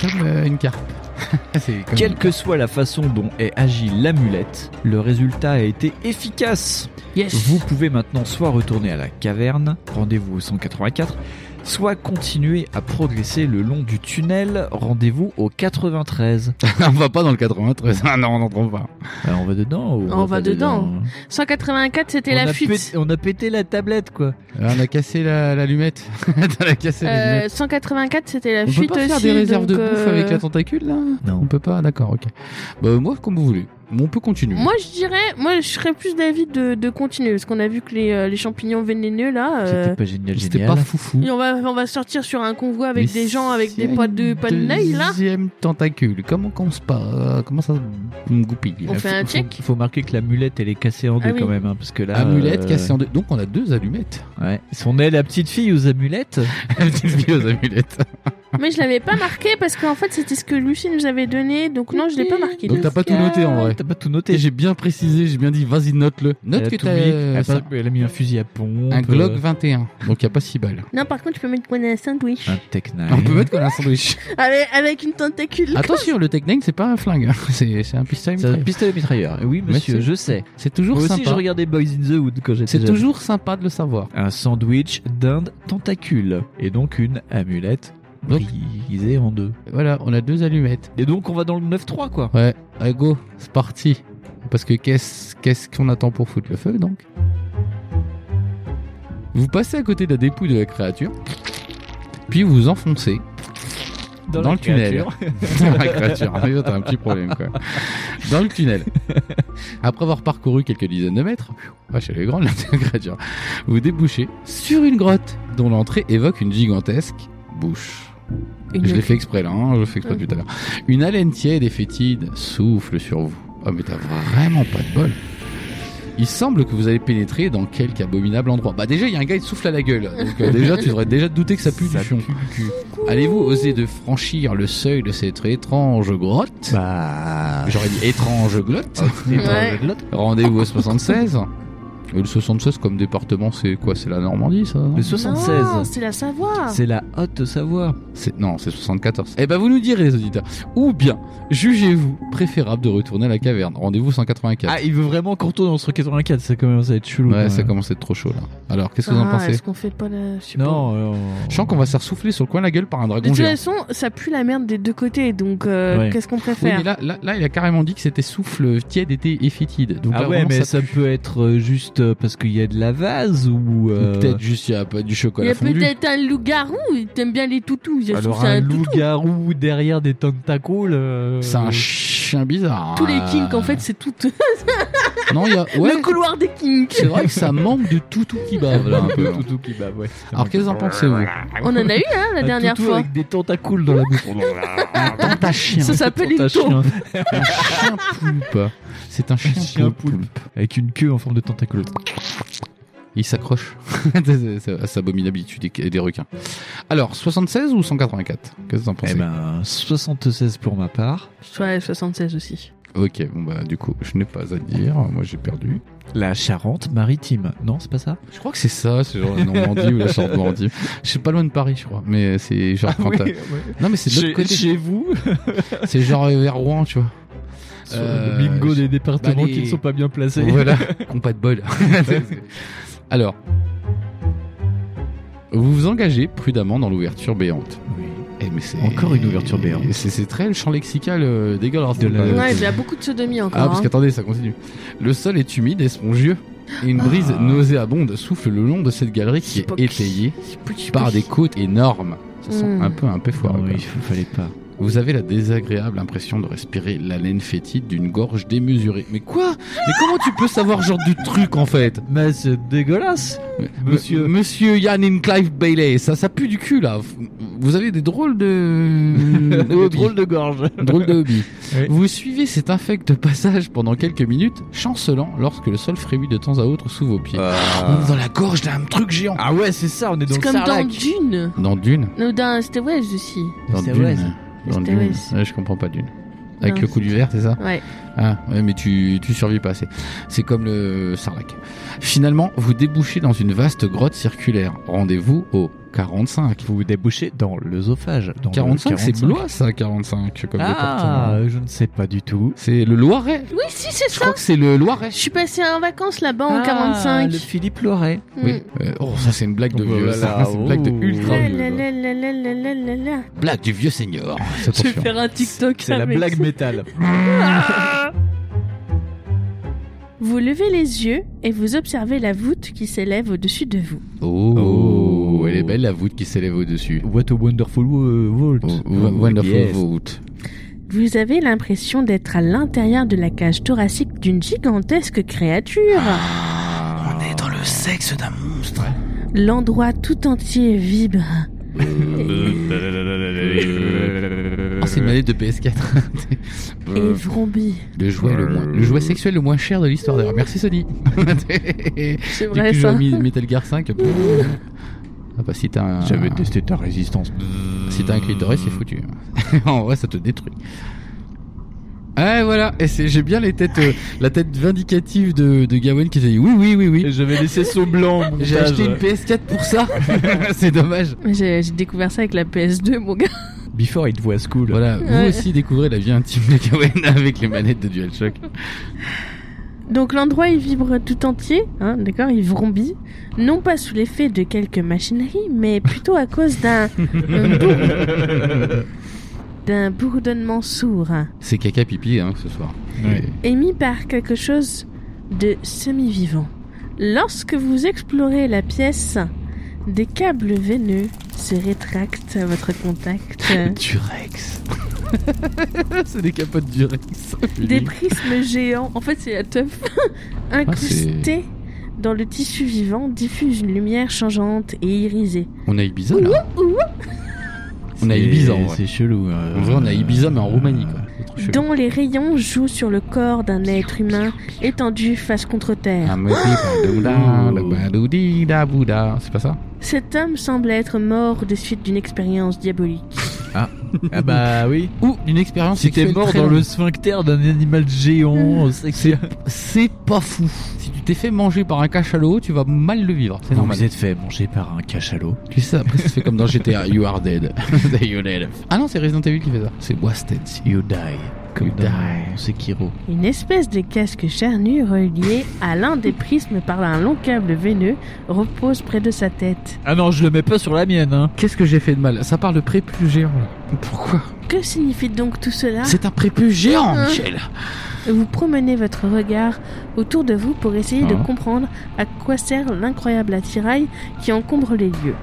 C: Comme euh, une carte. c'est comme
D: Quelle que soit la façon dont est agie l'amulette, le résultat a été efficace. Vous pouvez maintenant soit retourner à la caverne, rendez-vous au 184, soit continuer à progresser le long du tunnel, rendez-vous au 93.
C: on va pas dans le 93. Ah non, on n'entre pas.
D: Alors, on va dedans ou
E: On va
D: pas
E: dedans.
D: hein
E: 184, c'était
D: on,
E: la
D: a
E: fuite.
D: pété- on a pété la tablette quoi.
C: on a cassé la- l'allumette. on a cassé l'allumette.
E: Euh, 184, c'était la
C: on peut
E: fuite
C: pas faire
E: aussi,
C: des réserves de
E: donc,
C: bouffe
E: euh,
C: avec la tentacule là On
D: Non.
C: peut pas, d'accord, ok. Bah, moi, comme vous voulez. Mais on peut continuer.
E: Moi, je dirais, moi, je serais plus d'avis de, de continuer parce qu'on a vu que les, euh, les champignons vénéneux là. euh,
D: C'était pas génial,
C: C'était
D: génial.
C: pas foufou.
E: et on va, on va sortir sur un convoi avec
C: Mais
E: des gens avec des
C: c'est
E: potes de
C: une
E: pas de l'œil là.
C: Deuxième tentacule. Comment qu'on se pas Comment ça se goupille
E: On fait un
D: Faut- faut-
E: check.
D: Il faut marquer que l'amulette elle est cassée en deux
E: Ah oui.
D: quand même, hein, parce que là.
C: Amulette
D: euh,
C: cassée en deux. Donc on a deux allumettes.
D: Ouais. Si on est la petite fille aux amulettes.
C: La petite fille aux amulettes.
E: Mais je l'avais pas marqué parce qu'en fait c'était ce que Lucie nous avait donné, donc non je l'ai pas marqué.
C: Donc t'as pas tout noté en vrai.
D: T'as pas tout
C: Et
D: noté.
C: j'ai bien précisé, j'ai bien dit, vas-y, note-le. Note
D: Elle a
C: que
D: tout mis. Elle
C: t'as euh,
D: a
C: ça-
D: pas- Elle a mis un fusil à pompe.
C: un Glock
D: euh,
C: 21. Donc il a pas 6 balles.
B: Non, par contre, je peux mettre quoi dans un sandwich
D: Un Tech Nine.
C: On peut mettre qu'on a un sandwich.
E: Avec, avec une tentacule.
C: Attention, le Tech Nine, c'est pas un flingue. hein. C'est c'est un pistolet.
D: C'est un
C: mitrailleur.
D: pistolet mitrailleur. Oui, monsieur,
C: Merci.
D: je sais.
C: C'est toujours
D: Moi aussi, je
C: sympa.
D: regardais Boys in the Hood quand j'étais
C: C'est
D: jeune.
C: toujours sympa de le savoir.
D: un sandwich d'Inde tentacule et donc une amulette
C: Donc-
D: brisée en deux.
C: Voilà, on a deux allumettes.
D: Et donc on va dans le 9-3 quoi.
C: Ouais, allez go, c'est parti. Parce que qu'est-ce qu'est-ce qu'on attend pour foutre le feu donc Vous passez à côté de la dépouille de la créature, puis vous vous enfoncez dans,
D: la
C: le tunnel.
D: créature.
C: dans la créature, Ah, Mais t'as un petit problème quoi. Dans le tunnel. Après avoir parcouru quelques dizaines de mètres, ah, elle est grande la créature, vous débouchez sur une grotte dont l'entrée évoque une gigantesque bouche. Je l'ai fait exprès là, hein, je le fais exprès depuis tout à l'heure. Une haleine tiède et fétide souffle sur vous. Oh mais t'as vraiment pas de bol. Il semble que vous allez pénétrer dans quelque abominable endroit. Bah déjà il y a un gars qui souffle à la gueule. Donc euh, déjà tu devrais déjà te douter que ça pue
D: Ça
C: du fion. Allez-vous oser de franchir le seuil de cette étrange grotte
D: Bah.
C: J'aurais dit étrange glotte.
E: Ouais.
C: Rendez-vous au 76. Et le 76 comme département c'est quoi C'est la Normandie ça
D: Le
E: Non,
D: 76.
E: c'est la Savoie.
D: C'est la haute Savoie.
C: C'est- non, c'est 74. Eh ben, vous nous direz, les auditeurs. Ou bien, jugez-vous préférable de retourner à la caverne. Rendez-vous 184.
D: Ah, il veut vraiment qu'on retourne entre 84, ça commence à être chelou.
C: ouais,
D: quand
C: ça
D: même.
C: commence à être trop chaud, là. Alors, qu'est-ce que vous en
E: Ah,
C: pensez
E: Est-ce qu'on fait pas la. je sais pas.
D: Non, euh,
C: Je sens qu'on va se faire souffler sur le coin de la gueule par un
E: De
C: dragon
E: toute
C: géant.
E: façon, ça pue la merde des deux côtés, donc euh,
D: Ouais.
E: qu'est-ce qu'on
C: Oui,
E: préfère
C: mais là, là, là, il a carrément dit que c'était souffle tiède était et fétide. Donc
D: Ah
C: là,
D: ouais,
C: vraiment,
D: mais
C: ça
D: ça,
C: pue.
D: peut être euh, juste euh, parce qu'il y a de la vase ou.
C: Ou
D: euh,
C: Peut-être juste, il y a pas du
B: Il y
C: chocolat
B: a
C: fondu.
B: peut-être un loup-garou, t'aimes bien les toutous. ça se trouve,
D: Alors
B: c'est
D: un
B: un toutou.
D: loup-garou derrière des tentacles. euh,
C: C'est un chien bizarre.
B: Tous les
C: Euh,
B: kinks, en fait, c'est tout.
C: Non, il y a, ouais.
B: Le couloir des kinks.
C: C'est vrai que ça manque de toutou qui bave, là, un peu.
D: toutou qui bat, ouais.
C: Alors, qu'est-ce que vous en pensez, vous
B: On en a eu, hein, la
D: Un
B: dernière
D: toutou
B: fois.
D: avec des tentacules dans la bouche.
C: Tentachien.
B: Ça s'appelle une taupe.
D: Tentachien.
C: un chien poulpe. C'est un chien,
D: chien
C: poulpe.
D: Avec une queue en forme de tentacule.
C: Il s'accroche C'est- c'est- à sa abominabilité des, des requins. Alors, 76 ou 184 Qu'est-ce que vous en pensez
D: Eh ben, 76 pour ma part.
E: Ouais, 76 aussi.
C: Ok, bon bah du coup, je n'ai pas à dire, moi j'ai perdu.
D: La Charente-Maritime. Non, c'est pas ça
C: Je crois que c'est ça, c'est genre la Normandie ou la Charente-Normandie. Je suis pas loin de Paris, je crois, mais c'est genre... Cantal. Non mais c'est de l'autre côté,
D: vous,
C: c'est genre euh, vers Rouen, tu vois.
D: sur
C: Euh,
D: le bingo
C: je-
D: des départements
C: bah, les-
D: qui ne sont pas bien placés.
C: Voilà, qu'on pas de bol. Alors, vous vous engagez prudemment dans l'ouverture béante. Eh, mais c'est-
D: Encore une ouverture béante.
C: C'est c'est très le champ lexical euh, dégueulasse.
D: De la-
C: Euh,
E: Ouais, il y a beaucoup de sodomie encore.
C: Ah, parce
E: hein.
C: qu'attendez, ça continue. Le sol est humide et spongieux. Et une brise
D: Ah.
C: nauséabonde souffle le long de cette galerie qui est
E: Spock.
C: étayée
E: Spock.
C: par des côtes énormes. Ça sent
E: Mm.
C: un peu un peu
D: Ah
C: foireux,
D: oui,
C: quoi.
D: il fallait pas.
C: Vous avez la désagréable impression de respirer l'haleine fétide d'une gorge démesurée. Mais quoi Mais comment tu peux savoir ce genre de truc en fait
D: Mais c'est dégueulasse Monsieur-
C: M- Monsieur Yann Clive Bailey, ça, ça pue du cul là. F- Vous avez des drôles de.
D: Le drôle de gorge.
C: Drôle de hobby.
D: Oui.
C: Vous suivez cet infect passage pendant quelques minutes, chancelant lorsque le sol frémit de temps à autre sous vos pieds. On est
D: Ah
C: Dans la gorge d'un truc géant.
D: ouais, c'est ça, on est dans
B: C'est
D: le
B: comme dans
D: Sarlac.
B: Dune.
C: Dans Dune
B: Non, dans C'était West aussi.
C: Dans
D: C'est
C: Dune.
D: vrai,
C: Dans
B: c'est
C: Dune.
B: vrai.
C: Ouais, je comprends pas Dune. Avec
B: Non,
C: le coup du verre, c'est ça
B: Ouais.
C: Ah, ouais, mais tu, tu survis pas assez. C'est comme le sarlac. Finalement, vous débouchez dans une vaste grotte circulaire. Rendez-vous au 45.
D: Vous débouchez dans l'œsophage. dans le
C: 45, c'est Blois, ça, 45, comme département.
D: Ah, je ne sais pas du tout.
C: C'est le Loiret.
B: Oui, si, c'est
C: Je
B: ça.
C: crois que c'est le Loiret.
B: Je suis passé en vacances là-bas en
D: Ah,
B: 45.
D: Le Philippe Loiret.
E: Mm. Hmm.
C: Oui. Euh, oh, ça c'est une blague de
D: Oh,
C: vieux.
D: voilà,
C: ça. c'est une blague de
D: oh.
C: ultra
E: La,
C: vieux.
E: la,
C: ça.
E: la, la, la, la, la, la, la.
C: Blague du vieux seigneur. C'est
B: Je vais faire un TikTok.
D: C'est la
B: avec
D: blague
B: ça.
D: métal.
E: Vous levez les yeux et vous observez la voûte qui s'élève au-dessus de vous.
C: Oh,
D: Oh.
C: elle est belle la voûte qui s'élève au-dessus.
D: What a wonderful wo- world.
C: Oh, wonderful
D: Yes.
C: voûte.
E: Vous avez l'impression d'être à l'intérieur de la cage thoracique d'une gigantesque créature.
D: Ah.
F: dans le sexe d'un monstre.
E: L'endroit tout entier vibre.
D: Euh,
C: Ah, c'est une manette de PS4.
E: et vrombit.
C: le jouet le moins, le jouet
D: Euh.
C: sexuel le moins cher de l'histoire d'ailleurs. Merci Sony. Dès
E: C'est
C: que
E: vrai
C: j'ai
E: ça.
C: mis Metal Gear 5. Ah bah si t'as un.
D: J'avais testé ta résistance.
C: Si t'as un clitoris, c'est foutu. en vrai, ça te détruit. Ah voilà, et c'est- j'ai bien les têtes, euh, la tête vindicative de, de Gawain qui s'est dit oui, oui, oui, oui.
D: J'avais laissé saut blanc.
C: J'ai acheté une PS4 pour ça. c'est dommage.
E: J'ai j'ai découvert ça avec la PS2, mon gars.
D: Before it was cool.
C: Voilà, vous
E: Ouais.
C: aussi découvrez la vie intime de Gawain avec les manettes de DualShock.
E: Donc l'endroit il vibre tout entier, hein, d'accord, il vrombit, non pas sous l'effet de quelques machineries, mais plutôt à cause d'un un bourre- d'un bourdonnement sourd, hein,
C: C'est caca pipi hein, ce soir.
E: émis par quelque chose de semi-vivant. Lorsque vous explorez la pièce, des câbles veineux se rétractent à votre contact.
C: Durex.
D: Ah,
C: c'est des capotes Durex.
E: Des prismes géants, en fait c'est la teuf, incrustés dans le tissu vivant, diffusent une lumière changeante et irisée.
C: On a Ibiza là. On a Ibiza en vrai.
D: C'est chelou. euh,
C: En vrai, on a Ibiza mais en Roumanie quoi. C'est trop chelou.
E: dont les rayons jouent sur le corps d'un être humain étendu face contre terre.
C: C'est pas ça
E: Cet homme semble être mort des suites d'une expérience diabolique.
D: Ah bah oui.
C: Ou une expérience
D: Si t'es
C: sexuelle
D: mort
C: très
D: dans
C: longue.
D: le sphincter d'un animal géant, c'est que
C: C'est pas fou. Si tu t'es fait manger par un cachalot, tu vas mal le vivre. C'est normal.
D: êtes fait manger par un cachalot.
C: Tu sais, après ça se fait comme dans GTA, You Are Dead. You dead. Ah non, c'est Resident Evil qui fait ça. C'est Wasted.
D: You die. Comme
C: You
D: dans Sekiro.
E: Une espèce de casque charnu relié à l'un des prismes par un long câble veineux repose près de sa tête.
D: Ah non, je le mets pas sur la mienne, hein.
C: Qu'est-ce que j'ai fait de mal Ça parle de prépuce géant. là. Pourquoi
E: Que signifie donc tout cela
C: C'est un prépuce géant,
F: Ah,
C: Michel.
E: Vous promenez votre regard autour de vous pour essayer de
C: Ah.
E: comprendre à quoi sert l'incroyable attirail qui encombre les lieux.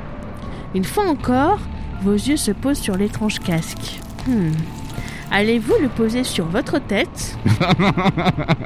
E: Une fois encore, vos yeux se posent sur l'étrange casque. Hmm. Allez-vous le poser sur votre tête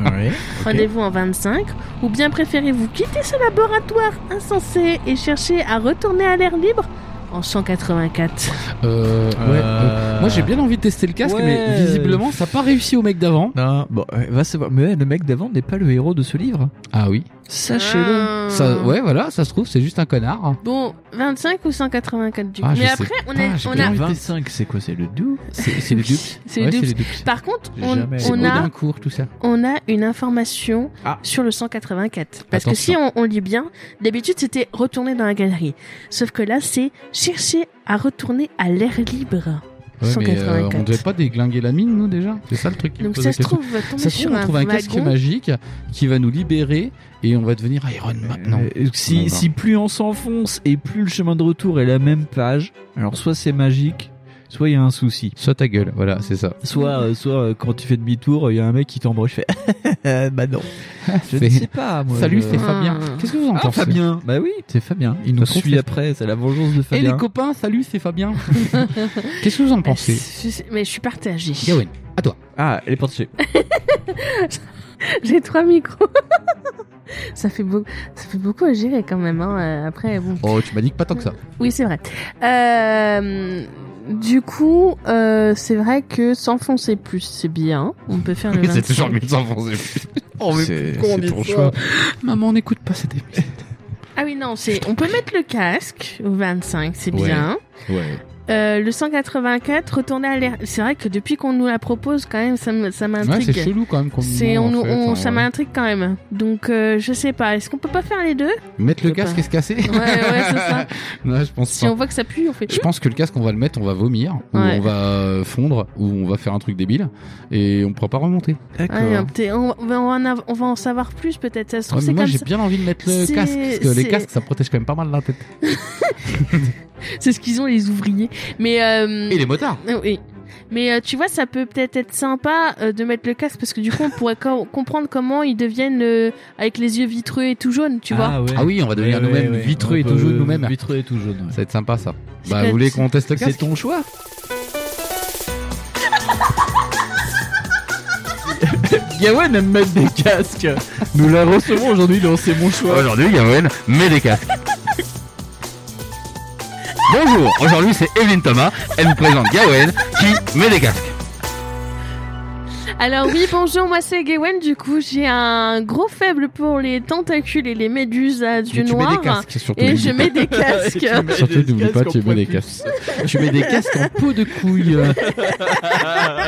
D: Ouais.
E: Rendez-vous en 25 Ou bien préférez-vous quitter ce laboratoire insensé et chercher à retourner à l'air libre en 184
C: Euh, ouais, euh, moi j'ai bien envie de tester le casque,
D: Ouais.
C: mais visiblement ça n'a pas réussi au mec d'avant.
D: Non, bon, euh, va savoir. Mais ouais, le mec d'avant n'est pas le héros de ce livre.
C: Ah oui.
D: Sachez-le.
C: Ça,
E: Mm.
C: ouais, voilà, ça se trouve, c'est juste un connard.
E: Ah. Bon, 25 ou 184 du coup.
C: Ah, je
E: Mais
C: sais
E: après, on,
C: pas,
E: est-
C: j'ai
E: on
C: pas
E: a...
C: envie.
D: 25, c'est quoi C'est le doux
C: C'est c'est les dupes.
E: C'est les
C: Ouais,
E: dupes.
C: les dupes.
E: Par contre, on,
D: Jamais.
E: on
C: C'est
E: a...
C: Odin court, tout ça.
E: on a une information
D: Ah.
E: sur le 184. Parce que
C: Attention.
E: si on, on lit bien, d'habitude c'était retourner dans la galerie. Sauf que là, c'est chercher à retourner à l'air libre.
C: Ouais, mais euh,
E: 184.
C: on devait pas déglinguer la mine, nous déjà. C'est ça le truc. qui me
E: Donc
C: pose
E: ça
C: la
E: se
C: question.
E: trouve, on va tomber
C: Ça se
E: sur
C: trouve, on
E: un
C: trouve un casque
E: wagon.
C: magique qui va nous libérer et on va devenir Iron Man. Non.
D: Euh,
C: On en
D: si,
C: va.
D: si plus on s'enfonce et plus le chemin de retour est la même page, alors soit c'est magique, soit il y a un souci.
C: Soit ta gueule, voilà, c'est ça.
D: Soit, euh, soit euh, quand tu fais demi-tour, il y a un mec qui t'embroche. Je fais bah non. Je
C: C'est-
D: ne sais pas. Moi,
C: Salut,
D: je-
C: c'est Fabien. Qu'est-ce que vous en
D: euh, Ah,
C: pensez
D: Fabien. Bah oui, c'est Fabien. Il nous
C: Ça se trouve,
D: suit
C: c'est-
D: après. C'est la vengeance de
C: Et Eh, les
D: Fabien.
C: copains, salut, c'est Fabien. Qu'est-ce que vous en Eh
E: Ah,
C: pensez
E: c'est- c'est- Mais je suis partagée.
C: Gawain, à toi.
D: ah, elle est partie.
E: J'ai trois micros. ça, fait beau- ça fait beaucoup à gérer quand même. hein. Euh, Après, bon.
C: Oh, tu m'as dit que pas tant que ça.
E: Oui, c'est vrai. Euh, du coup, euh, c'est vrai que s'enfoncer plus, c'est bien. On peut faire le 25.
C: mieux de s'enfoncer. Oh,
D: C'est-
C: pourquoi on
D: c'est
C: dit
D: ton
C: ça
D: choix.
C: Maman, on n'écoute pas cette émission.
E: Ah oui, non, c'est... On peut mettre le casque au 25, c'est
C: Ouais.
E: bien.
C: Ouais.
E: Euh, le 184, retourner à l'air... C'est vrai que depuis qu'on nous la propose, quand même, ça, me- ça
C: Ouais, c'est
E: m'intrigue.
C: chelou quand même qu'on
E: C'est- on,
C: demande, en fait,
E: on-
C: hein,
E: ça
C: ouais.
E: m'intrigue quand même. Donc euh, je sais pas, est-ce qu'on peut pas faire les deux
C: Mettre le
E: Je sais
C: casque
E: pas.
C: et se casser
E: Ouais, ouais, c'est ça.
C: Non, je pense
E: Si
C: pas.
E: on voit que ça pue, on fait
C: Je pense que le casque, on va le mettre, on va vomir, ou
E: Ouais.
C: on va euh, fondre, ou on va faire un truc débile, et on pourra pas remonter.
D: D'accord.
E: Ouais, peut-être- on, va- on va en av- on va en savoir plus peut-être. Ça se trouve,
C: Ouais, mais
E: c'est
C: moi,
E: comme
C: j'ai
E: ça.
C: bien envie de mettre le
E: c'est-
C: casque, parce que les
E: c'est-
C: casques, ça protège quand même pas mal la tête.
E: C'est ce qu'ils ont les ouvriers. Mais euh,
C: Et les motards
E: euh, oui. Mais euh, tu vois, ça peut peut-être être sympa euh, de mettre le casque parce que du coup, on pourrait co- comprendre comment ils deviennent euh, avec les yeux vitreux et tout jaunes, tu vois.
D: ouais.
C: Ah oui, on va devenir
D: Ouais,
C: nous-mêmes
D: ouais, ouais.
C: vitreux
D: On
C: et tout
D: peut-
C: jaune nous-mêmes.
D: Vitreux et tout jaune. ouais.
C: Ça va être sympa, ça.
E: C'est
C: Bah,
E: pas-
C: vous voulez qu'on teste le
D: C'est
C: casque
D: ton choix. Gawen aime mettre des casques. Nous la recevons aujourd'hui dans C'est mon choix.
G: Aujourd'hui, Gawen met des casques. Bonjour, aujourd'hui c'est Evelyne Thomas, elle vous présente Gawen qui met des casques.
E: Alors oui, bonjour, moi c'est Gwen. Du coup, j'ai un gros faible pour les tentacules et les méduses à
C: Tu
E: yeux
C: mets des
E: noirs.
C: casques, surtout.
E: Et
C: n'oublie
E: je
C: pas.
E: mets des casques.
C: Surtout, n'oublie pas, tu mets des casques. tu mets des casques en peau de couille. Ah,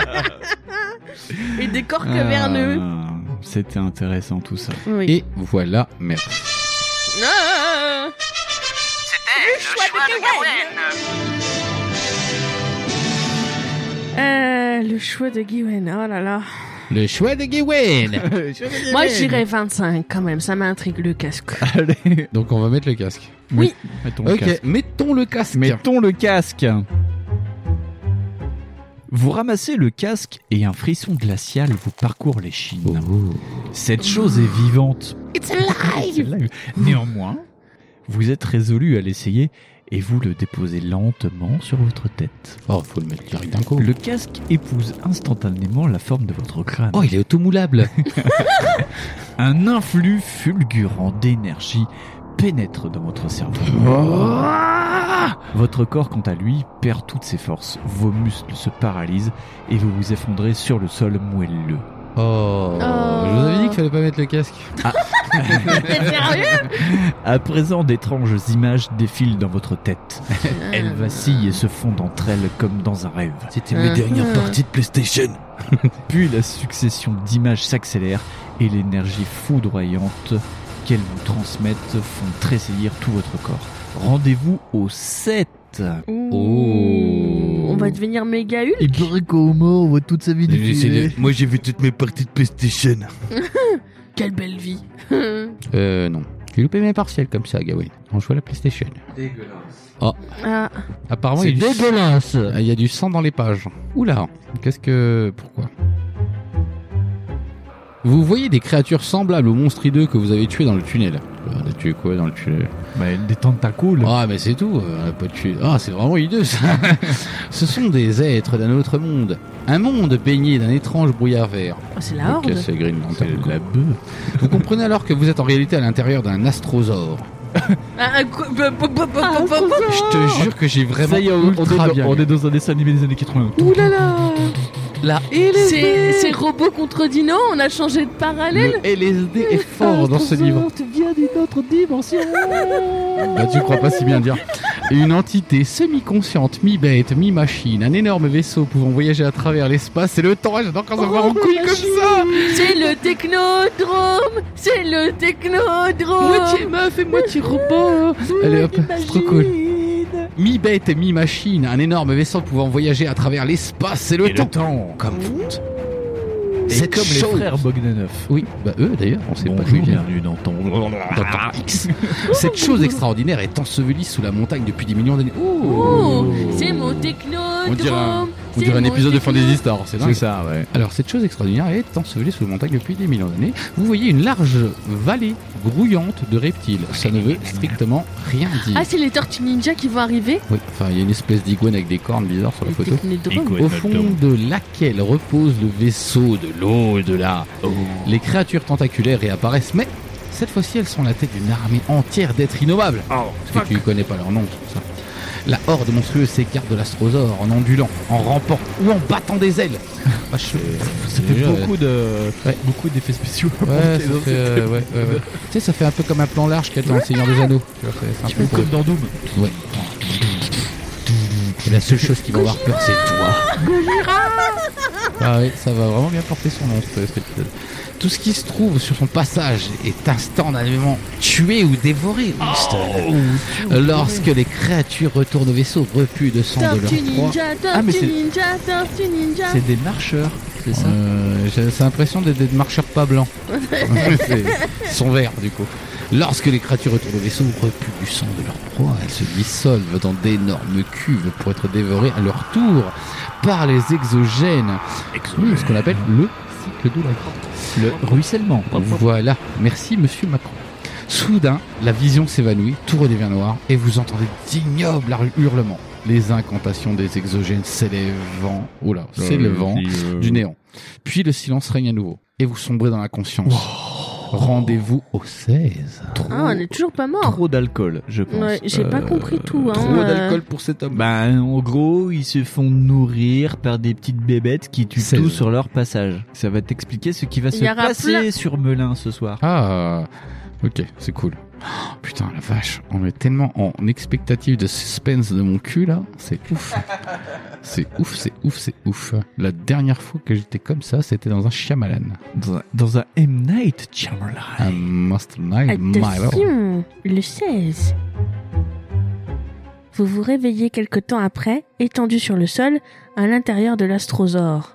E: et des corps caverneux.
D: Ah, C'était intéressant tout ça.
E: Oui.
C: Et voilà, merci.
E: Ah Euh, le choix de Gwen, oh là là.
F: Le choix de Gwen.
E: Moi j'irais 25 quand même, ça m'intrigue le casque.
D: Allez,
C: Donc, on va mettre le casque.
D: mettons le
C: Ok,
D: casque.
C: mettons le casque.
D: Mettons le casque. Vous ramassez le casque et un frisson glacial vous parcourt les chines.
C: Oh.
D: Cette chose est vivante. It's alive Néanmoins, vous êtes résolu à l'essayer et vous le déposez lentement sur votre tête.
C: Oh, faut le mettre direct d'un coup.
D: Le casque épouse instantanément la forme de votre crâne.
C: Oh, il est automoulable.
D: Un influx fulgurant d'énergie pénètre dans votre cerveau.
C: Oh.
D: Votre corps, quant à lui, perd toutes ses forces. Vos muscles se paralysent et vous vous effondrez sur le sol moelleux.
C: Oh. Je vous avais dit qu'il fallait pas mettre le casque.
E: T'es sérieux
D: À présent, d'étranges images défilent dans votre tête. Elles vacillent et se fondent entre elles comme dans un rêve.
F: C'était
E: mes dernières parties
F: de PlayStation.
D: Puis la succession d'images s'accélère et l'énergie foudroyante qu'elles vous transmettent font tressaillir tout votre corps. Rendez-vous au 7
E: Ouh.
C: Oh.
E: On va devenir méga Hulk.
D: Il paraît qu'Homo voit toute sa vie
F: Moi j'ai vu toutes mes parties de PlayStation.
E: Quelle belle vie.
C: Euh, non. J'ai loupé mes partiels comme ça, Gawain. On jouait à la PlayStation.
E: Ah,
F: Oh,
C: Apparemment, il y, a du... Ah, il y a du sang dans les pages. Oula, qu'est-ce que... Pourquoi Vous voyez des créatures semblables aux monstres hideux que vous avez tués dans le tunnel. Euh, On a tué quoi dans le tunnel
D: Des tentacules.
C: Ah, mais c'est tout, euh, on a pas tué... Ah, c'est vraiment hideux, ça Ce sont des êtres d'un autre monde. Un monde baigné d'un étrange brouillard vert.
E: oh, c'est
D: Ah,
E: la
C: Ok,
E: horde.
C: c'est Green Lantern.
D: C'est la
C: Vous comprenez alors que vous êtes en réalité à l'intérieur d'un astrosaure.
E: Ah, ah, quoi- bah, bah, bah, bah,
C: Ah,
E: bah, bah, bah.
C: Je te jure que j'ai vraiment
D: Ça y est, on, on
C: ultra
D: est,
C: bien
D: dans, on
C: aimé.
D: est dans un dessin animé des années 80.
C: Là,
E: C'est c'est robot contre dino, on a changé de parallèle.
C: Le LSD est fort dans ce livre.
D: Tu viens d'une autre dimension.
C: Bah, tu crois pas si bien dire. Une entité semi-consciente, mi-bête, mi-machine, un énorme vaisseau pouvant voyager à travers l'espace et le temps. Ah, J'adore quand ça va en couille
D: Oh,
C: comme ça.
E: C'est le technodrome C'est le technodrome
C: Moitié meuf et moitié robot. Allez hop, c'est trop cool. Mi-bête et mi-machine, un énorme vaisseau pouvant voyager à travers l'espace et le
D: Et
C: temps.
D: le temps.
C: Comme Font.
D: C'est comme les frères Bogdanov.
C: Oui, bah eux d'ailleurs, on sait pas d'où ils
D: Bonjour, Ah.
C: viennent.
D: bienvenue dans ton...
C: Docteur X. Cette chose extraordinaire est ensevelie sous la montagne depuis des millions d'années.
E: Oh,
C: Oh.
E: C'est mon
C: On dirait un-
E: technodrome
C: On
E: C'est
C: dirait un
E: mon
C: épisode de
E: techno-
C: Fantasy Star, c'est dingue.
D: ça, ouais.
C: Alors cette chose extraordinaire est ensevelie sous la montagne depuis des millions d'années. Vous voyez une large vallée grouillante de reptiles. Ça ne veut strictement rien dire.
E: Ah, c'est les tortues ninja qui vont arriver
C: Oui, enfin il y a une espèce d'iguane avec des cornes bizarres sur la photo.
E: Technodrome.
C: Au fond de laquelle repose le vaisseau de l'eau de la... Les créatures tentaculaires réapparaissent, mais cette fois-ci elles sont la tête d'une armée entière d'êtres innommables.
E: Oh,
C: Parce que tu connais pas leur nom, tout ça. La horde monstrueuse s'écarte de l'astrosaure en ondulant, en rampant ou en battant des ailes. Vache,
D: Ça fait
C: Déjà,
D: beaucoup de...
C: Ouais.
D: Beaucoup d'effets spéciaux.
C: Ouais, ça fait, euh, ouais, ouais, ouais. Tu sais, ça fait un peu comme un plan large qu'il y a dans le Seigneur des Anneaux. Tu vois, c'est- c'est un peu
D: Ou comme dans Doom.
C: pour- ouais. Et la seule chose qui va avoir peur, c'est toi. Ah oui, ça va vraiment bien porter son nom, ce- cet épisode. Tout ce qui se trouve sur son passage est instantanément tué ou dévoré, Winston. Lorsque les créatures retournent au vaisseau, repu de sang de
E: Tortue
C: leur proie.
E: ninja,
D: Ah,
E: tortue
D: mais c'est-
E: ninja, tortue ninja
D: C'est des marcheurs, c'est ça
C: Euh, j'ai j'ai l'impression d'être des marcheurs pas blancs. C'est- Ils sont verts du coup. Lorsque les créatures retournent au vaisseau, repuent du sang de leur proie, elles se dissolvent dans d'énormes cuves pour être dévorées à leur tour par les exogènes, Oui, ce qu'on appelle le cycle de la vie.
D: Le ruissellement.
C: Voilà, merci Monsieur Macron. Soudain, la vision s'évanouit, tout redevient noir et vous entendez d'ignobles hurlements. Les incantations des exogènes s'élevant, oh là, s'élevant du néant. Puis le silence règne à nouveau et vous sombrez dans l'inconscience.
D: Rendez-vous au 16. Trop,
B: Ah, on n'est toujours pas mort.
D: trop d'alcool, je pense.
B: Ouais, j'ai pas compris tout, hein,
D: euh, Trop
B: euh.
D: d'alcool pour cet homme. Ben, en gros, ils se font nourrir par des petites bébêtes qui tuent
C: 16.
D: tout sur leur passage. Ça va t'expliquer ce qui va se
B: y aura
D: passer
B: plein-
D: sur Melun ce soir.
C: Ah, ok, c'est cool. Oh, Putain, la vache, on est tellement en expectative de suspense de mon cul là, c'est ouf. C'est ouf, c'est ouf, c'est ouf. La dernière fois que j'étais comme ça, c'était dans un Shyamalan.
D: Dans un, dans un M. Night Shyamalan.
C: Un Master Night Milo.
E: Attention, le 16. Vous vous réveillez quelque temps après, étendu sur le sol, à l'intérieur de l'astrosaure.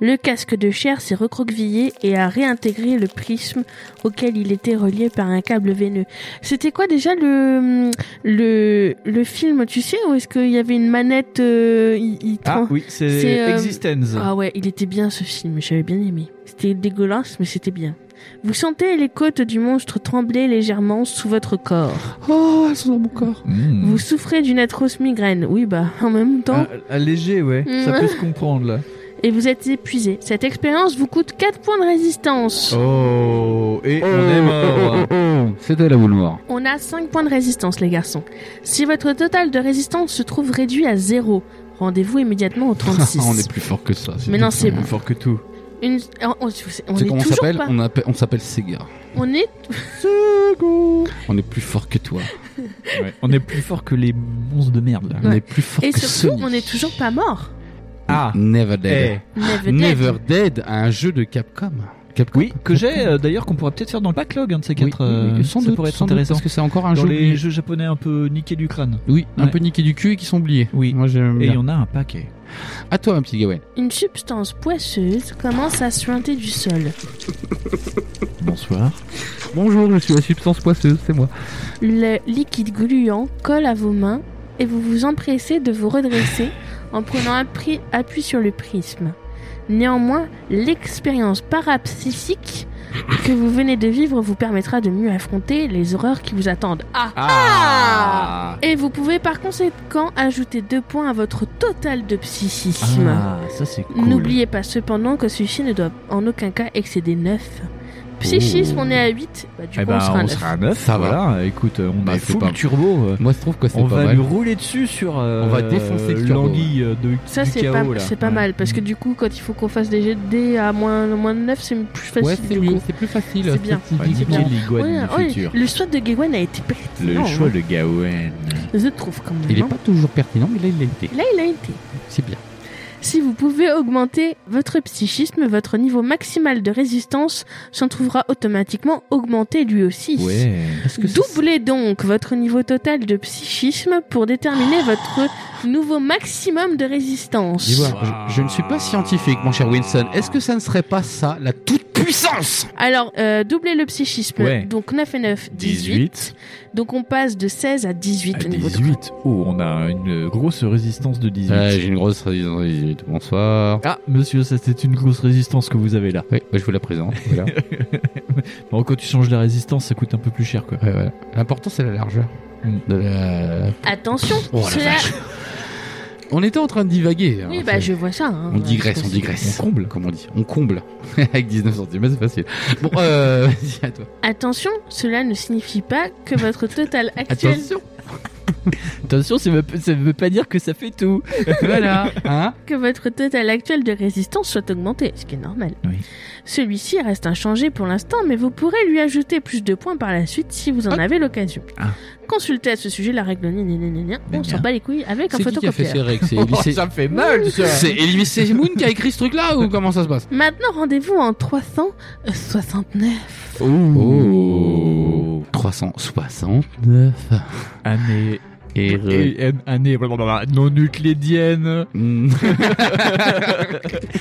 E: Le casque de chair s'est recroquevillé et a réintégré le prisme auquel il était relié par un câble veineux. C'était quoi déjà le le, le film, tu sais, où est-ce qu'il y avait une manette euh, il- il
D: Ah
E: trans-
D: oui, c'est
E: c'est, euh,
D: Existence.
E: ah ouais, il était bien ce film, j'avais bien aimé. C'était dégueulasse, mais c'était bien. Vous sentez les côtes du monstre trembler légèrement sous votre corps.
C: Oh, elles sont dans mon corps.
D: Mmh.
E: Vous souffrez d'une atroce migraine, oui bah, en même temps,
D: Un- un Ah, léger, ouais.
E: Mmh.
D: Ça peut se comprendre là.
E: et vous êtes épuisé. Cette expérience vous coûte 4 points de résistance.
D: Oh, et on
C: euh,
D: est mort. hein.
C: C'était la boule noire.
E: On a 5 points de résistance les garçons. Si votre total de résistance se trouve réduit à 0, rendez-vous immédiatement au 36.
C: on est plus fort que ça.
E: Mais non, c'est
D: Plus
E: bon.
D: fort que tout.
E: Une- oh, on- on- on
C: C'est
E: est
C: comment on
E: toujours
C: s'appelle
E: pas.
C: on, appelle- on s'appelle Sega.
E: On est
C: On est plus fort que toi.
D: On est plus fort que les monstres de merde là.
C: On
E: Ouais.
C: est plus fort
E: et
C: que
E: surtout,
C: Sony.
E: on n'est toujours pas mort.
D: Ah,
C: Never Dead.
D: eh.
E: Never dead.
C: Never Dead, un jeu de Capcom. Capcom
D: Oui, que j'ai euh, d'ailleurs qu'on pourrait peut-être faire dans le backlog, un de ces
C: Oui,
D: quatre.
C: oui,
D: euh,
C: oui, sans
D: ça
C: doute,
D: pourrait être
C: sans doute,
D: intéressant.
C: parce que c'est encore un
D: dans
C: jeu.
D: les
C: oublié.
D: jeux japonais un peu niqués du crâne.
C: Oui, un
D: Ouais.
C: peu niqué du cul et qui sont oubliés.
D: Oui.
C: Moi j'aime
D: Et il y
C: bien.
D: en a un paquet.
C: À toi, ma petite Gawain.
E: Une substance poisseuse commence à suinter du sol.
D: Bonsoir.
C: Bonjour, je suis la substance poisseuse, c'est moi.
E: Le liquide gluant colle à vos mains et vous vous empressez de vous redresser en prenant appui, appui sur le prisme. Néanmoins, l'expérience parapsychique que vous venez de vivre vous permettra de mieux affronter les horreurs qui vous attendent. Ah Ah Et vous pouvez par conséquent ajouter deux points à votre total de psychisme.
D: Ah, ça c'est cool.
E: N'oubliez pas cependant que celui-ci ne doit en aucun cas excéder 9. Psychisme,
C: Oh.
E: on est à 8. Bah, du
D: Eh
E: coup,
D: ben,
E: on sera à
D: on
E: 9.
D: sera à 9.
C: Ça va.
D: Voilà, écoute, euh, on
C: Bah,
D: a
C: c'est
D: full
C: pas-
D: turbo. euh.
C: Moi je trouve que c'est
D: On
C: pas
D: va
C: mal.
D: lui rouler dessus sur. euh,
C: On va défoncer le turbo,
D: l'anguille euh, de
E: Ça,
D: du
E: c'est pas,
D: chaos, là.
E: c'est pas
D: Ouais.
E: mal, parce que du coup, quand il faut qu'on fasse des jets de dés à moins, moins de 9, c'est plus facile.
C: Ouais, c'est
E: du
C: mieux,
E: coup.
C: c'est plus facile.
E: C'est bien.
D: Ouais, niquer
E: bien.
D: les Gohan
E: Ouais,
D: du
E: ouais,
D: futur.
E: le choix de Gawain a été
D: Le
E: pertinent.
D: choix de Gawen.
E: hein. Je trouve quand même.
C: Il est
E: hein.
C: pas toujours pertinent, mais là il l'a été.
E: Là, il a été.
C: C'est bien.
E: Si vous pouvez augmenter votre psychisme, votre niveau maximal de résistance s'en trouvera automatiquement augmenté lui aussi.
D: Ouais.
C: Est-ce que c'est-
E: Doublez donc votre niveau total de psychisme pour déterminer votre nouveau maximum de résistance.
C: Ah. Dis-moi, je, je ne suis pas scientifique, mon cher Winston. Est-ce que ça ne serait pas ça, la toute puissance
E: Alors, euh, doublez le psychisme.
D: Ouais.
E: Donc 9 et 9, 18. Donc on passe de 16 à 18
D: À
E: au niveau de-
D: 18. Oh, on a une grosse résistance de 18.
C: Euh, J'ai une grosse résistance. Bonsoir.
D: Ah, monsieur, ça c'était une grosse résistance que vous avez là.
C: Oui, bah, je vous la présente. Voilà.
D: Bon, quand tu changes la résistance, ça coûte un peu plus cher, quoi.
C: Ouais, voilà. L'important c'est la largeur.
D: Mm.
C: De Oh, la-
E: Attention, cela-
C: On était en train de divaguer. hein,
E: Oui,
C: c'est-
E: bah je vois ça. hein.
C: On digresse, on
E: Parce que-
C: digresse.
D: On comble.
C: Comme on dit, on comble. Avec 19 centimes, c'est facile. Bon, euh, vas-y, à toi.
E: Attention, cela ne signifie pas que votre total actuel
C: Attention.
D: Attention, ça veut, ça veut pas dire que ça fait tout.
C: voilà. Hein
E: que votre total actuel de résistance soit augmenté, ce qui est normal.
D: Oui.
E: Celui-ci reste inchangé pour l'instant, mais vous pourrez lui ajouter plus de points par la suite si vous en avez l'occasion.
D: Ah.
E: Consultez à ce sujet la règle gna gna gna gna,
D: Gna
E: on
D: gna.
E: s'en bat les couilles avec un
C: C'est qui qui a fait
E: photocopieur.
C: Oh, ces règles C'est Elie- c'est-
D: fait mal, Oh, ça.
C: C'est Elie- c'est Moon qui a écrit ce truc-là ou comment ça se passe
E: Maintenant, rendez-vous en 369.
C: Oh. 369.
D: Année.
C: Et re-
D: et- et- année blablabla, non euclidienne.
C: Mm.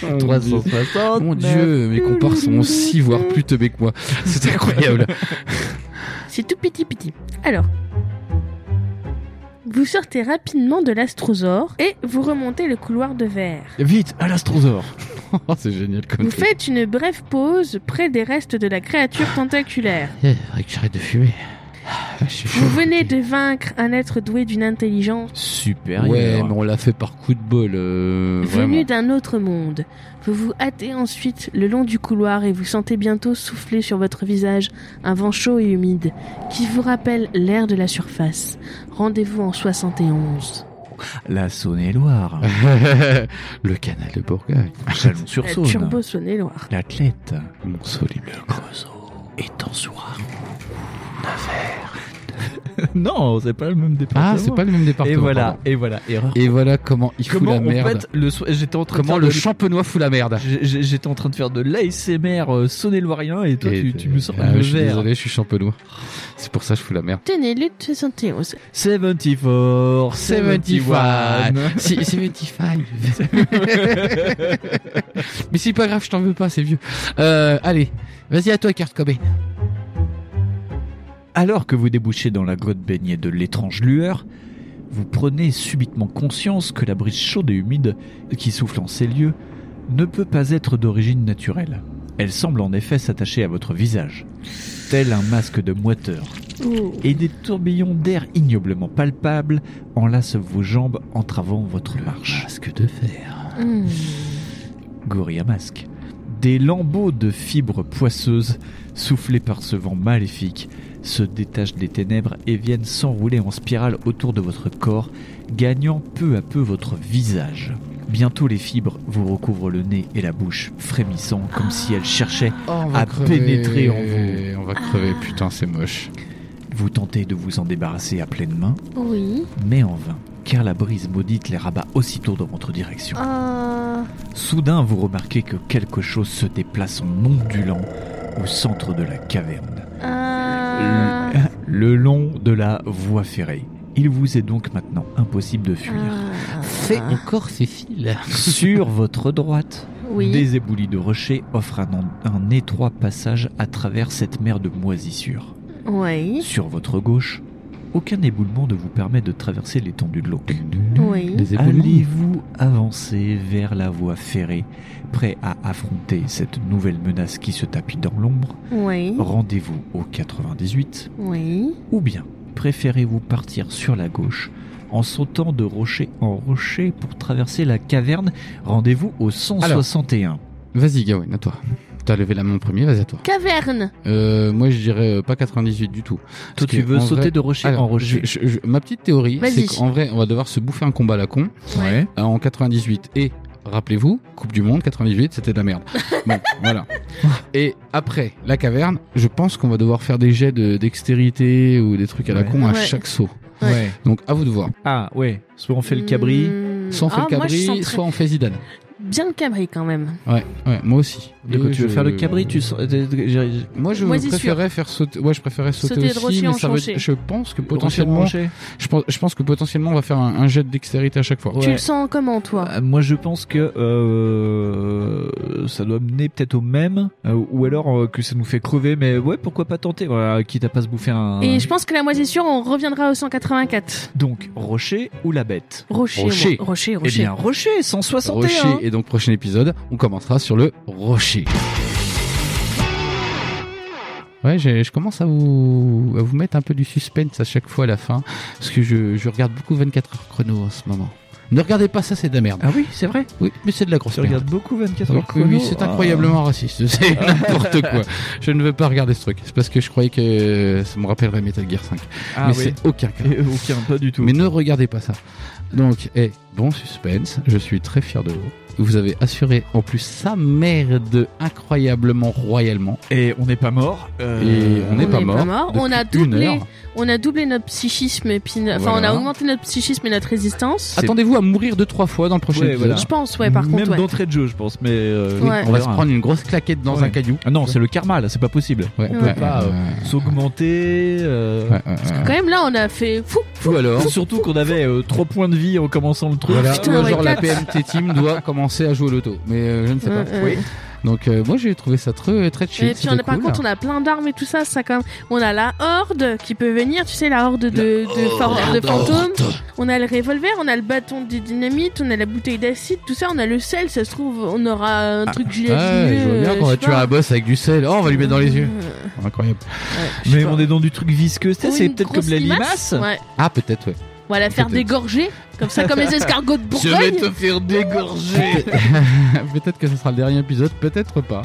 C: Oh,
D: 360.
C: Mon dieu, mes compars sont aussi, voire plus teubés que moi. C'est incroyable.
E: C'est tout petit petit. Alors. Vous sortez rapidement de l'astrosaure et vous remontez le couloir de verre.
D: Vite, à l'astrosaure.
C: Oh, c'est génial comme
E: Vous
C: truc.
E: faites une brève pause près des restes de la créature tentaculaire.
C: Eh, faudrait que j'arrête de fumer.
E: Vous venez de vaincre un être doué d'une intelligence
D: Super.
C: Ouais, mais on l'a fait par coup de bol. euh,
E: venu
C: vraiment.
E: d'un autre monde. Vous vous hâtez ensuite le long du couloir et vous sentez bientôt souffler sur votre visage un vent chaud et humide qui vous rappelle l'air de la surface. Rendez-vous en 71.
D: La Saône-et-Loire.
C: le canal de Bourgogne.
D: Chalon sur
E: La
D: Saône.
E: turbo sonnait loire.
D: L'athlète.
F: Mon soluble creusot est en soir.
D: non, c'est pas le même département.
C: Ah, c'est pas le même département.
D: Et voilà,
C: pardon.
D: et voilà, erreur.
C: Et voilà comment il fout
D: Comment
C: la
D: on
C: merde.
D: pète le so- J'étais en train de
C: Comment
D: faire
C: le
D: de-
C: champenois fout la merde.
D: euh, J'ai- j'ai- J'étais en train de faire de l'ASMR euh, Saône-et-Loirien et toi
C: Et,
D: tu, tu me sors
C: euh,
D: le
C: Je suis
D: verre.
C: désolé, je suis champenois. C'est pour ça que je fous la merde.
E: Tenez, le 71.
D: 74, 71.
C: Si- 75. Mais c'est pas grave, je t'en veux pas, c'est vieux. Euh, allez, vas-y à toi, Kurt Cobain.
D: Alors que vous débouchez dans la grotte baignée de l'étrange lueur, vous prenez subitement conscience que la brise chaude et humide qui souffle en ces lieux ne peut pas être d'origine naturelle. Elle semble en effet s'attacher à votre visage, tel un masque de moiteur, et des tourbillons d'air ignoblement palpables enlacent vos jambes entravant votre marche.
F: Masque de fer.
E: Hmm.
D: Gorilla Masque. Des lambeaux de fibres poisseuses, soufflés par ce vent maléfique, se détachent des ténèbres et viennent s'enrouler en spirale autour de votre corps, gagnant peu à peu votre visage. Bientôt les fibres vous recouvrent le nez et la bouche, frémissant comme si elles cherchaient.
C: Oh, on va
D: À
C: crever.
D: pénétrer en vous.
C: On va crever, putain, c'est moche.
D: Vous tentez de vous en débarrasser à pleine main,
E: Oui.
D: mais en vain, car la brise maudite les rabat aussitôt dans votre direction.
E: Ah.
D: Soudain, vous remarquez que quelque chose se déplace en ondulant au centre de la caverne.
E: Ah.
D: le long de la voie ferrée. Il vous est donc maintenant impossible de fuir.
E: Ah.
F: Fais encore ses fils.
D: Ah, Sur votre droite,
E: Oui.
D: des éboulis de rochers offrent un, un étroit passage à travers cette mer de moisissures.
E: Oui.
D: Sur votre gauche, aucun éboulement ne vous permet de traverser l'étendue de l'eau.
E: Oui.
C: Les éboulements.
D: Allez-vous avancer vers la voie ferrée, prêt à affronter cette nouvelle menace qui se tapit dans l'ombre
E: Oui.
D: Rendez-vous au 98
E: Oui.
D: Ou bien, préférez-vous partir sur la gauche en sautant de rocher en rocher pour traverser la caverne Rendez-vous au 161.
C: Vas-y, Gawain, à toi. T'as levé la main en premier, vas-y à toi.
E: Caverne.
C: Euh, moi, je dirais euh, pas 98 du tout.
D: Toi,
C: Parce
D: tu
C: que,
D: veux
C: en
D: sauter
C: vrai-
D: de rocher
C: Alors,
D: en rocher
C: je- je- je- ma petite théorie, c'est
E: Vas-y.
C: qu'en vrai, on va devoir se bouffer un combat à la con
D: Ouais.
C: euh, en 98. Et rappelez-vous, Coupe du Monde 98, c'était de la merde. Bon, voilà. Et après la caverne, je pense qu'on va devoir faire des jets de dextérité ou des trucs à la
D: Ouais.
C: con à
E: Ouais.
C: chaque saut.
E: Ouais.
C: Donc à vous de voir.
D: Ah, ouais. Soit on fait le cabri.
E: Hmm.
C: Soit on fait
E: Ah,
C: le
E: moi, je
C: cabri,
E: sens très-
C: soit on fait Zidane.
E: Bien le cabri quand même.
C: Ouais, ouais, moi aussi.
D: De quoi
C: Et
D: tu veux
C: je-
D: faire le cabri tu sens- euh, euh, j'ai-
C: Moi, je
E: Moisissure.
C: préférais faire sauter. Ouais, je préférais sauter,
E: Sauter de
C: aussi,
E: rocher
C: mais
E: en
C: ça veut.
E: chancher.
C: Je pense que potentiellement,
D: rocher en rocher
C: je pense, je pense que potentiellement, on va faire un, un jet de dextérité à chaque fois.
E: Tu
D: Ouais.
E: le sens comment toi
D: Ah, Moi, je pense que euh, ça doit mener peut-être au même, euh, ou alors euh, que ça nous fait crever. Mais ouais, pourquoi pas tenter Voilà, quitte à pas se bouffer un.
E: Et je pense que la moisissure, on reviendra au 184.
D: Donc rocher ou la bête
E: Rocher.
C: Rocher.
E: moi. Rocher,
D: Eh
E: rocher.
D: bien, Rocher, 161
C: Rocher. Et donc, prochain épisode, on commencera sur le rocher. Ouais, j'ai- je commence à vous, à vous mettre un peu du suspense à chaque fois à la fin, parce que je, je regarde beaucoup 24 heures chrono en ce moment. Ne regardez pas ça, c'est de la merde.
D: Ah oui, c'est vrai.
C: Oui, mais c'est de la grosse
D: Tu
C: merde.
D: regardes beaucoup 24
C: Oui,
D: heures chrono.
C: oui, c'est
D: Ah.
C: incroyablement raciste. C'est n'importe quoi. Je ne veux pas regarder ce truc. C'est parce que je croyais que ça me rappellerait Metal Gear 5.
D: Ah
C: mais
D: oui.
C: c'est aucun cas.
D: Et aucun, pas du tout.
C: Mais ne regardez pas ça. Donc, eh, bon suspense. Je suis très fier de vous. Vous avez assuré en plus sa merde incroyablement royalement.
D: Et on n'est pas mort. euh,
C: Et on n'est
E: on
C: pas
E: n'est
C: mort.
E: pas mort. On
C: depuis
E: a
C: une
E: doublé.
C: heure.
E: On a doublé notre psychisme et puis, enfin, on
C: Voilà.
E: a augmenté notre psychisme et notre résistance.
D: C'est-
C: Attendez-vous à mourir deux trois fois dans le prochain
D: Ouais,
C: épisode.
D: voilà.
E: Je pense, ouais, par
D: Ah. Même
E: contre, ouais.
D: d'entrée de jeu, je pense. Mais euh,
E: Ouais.
C: On va se
D: verra.
C: prendre une grosse claquette dans
D: Ouais.
C: un caillou.
D: Ah non, c'est le karma là, c'est pas possible.
C: Ouais,
D: On
C: ouais,
D: peut pas euh,
C: ouais,
D: s'augmenter. euh,
C: ouais, ouais, ouais.
E: Quand même, là, on a fait fou.
C: Ou alors,
D: Surtout qu'on avait 3 points de vie en commençant le truc.
C: voilà,
E: Putain,
C: ou alors
E: ouais,
C: la
E: quatre.
C: PMT team doit commencer à jouer au loto. Mais euh, je ne sais pas.
E: Ouais, ouais.
C: Donc euh, moi j'ai trouvé ça très très chill.
E: Et puis, on a,
C: c'était
E: par
C: cool.
E: contre, on a plein d'armes et tout ça. Ça, quand même. On a la horde qui peut venir, tu sais, la horde de, de, for- de fantômes. On a le revolver, on a le bâton de dynamite, on a la bouteille d'acide, tout ça. On a le sel, ça se trouve, on aura un truc gilet euh,
C: Ouais, je vois bien qu'on va tuer un boss avec du sel. Oh, on va lui mettre dans les yeux. incroyable.
E: je sais
D: Mais
E: pas.
D: on est dans du truc visqueux, tu sais,
E: Ou
D: c'est
E: une
D: peut-être comme
E: grosse
D: la
E: limace.
D: limace.
E: Ouais.
C: Ah, peut-être, ouais.
E: On va la faire
C: Peut-être.
E: dégorger, comme ça, comme les escargots de
F: Je vais
E: Bourgogne.
F: te faire dégorger
C: peut-être que ce sera le dernier épisode, peut-être pas.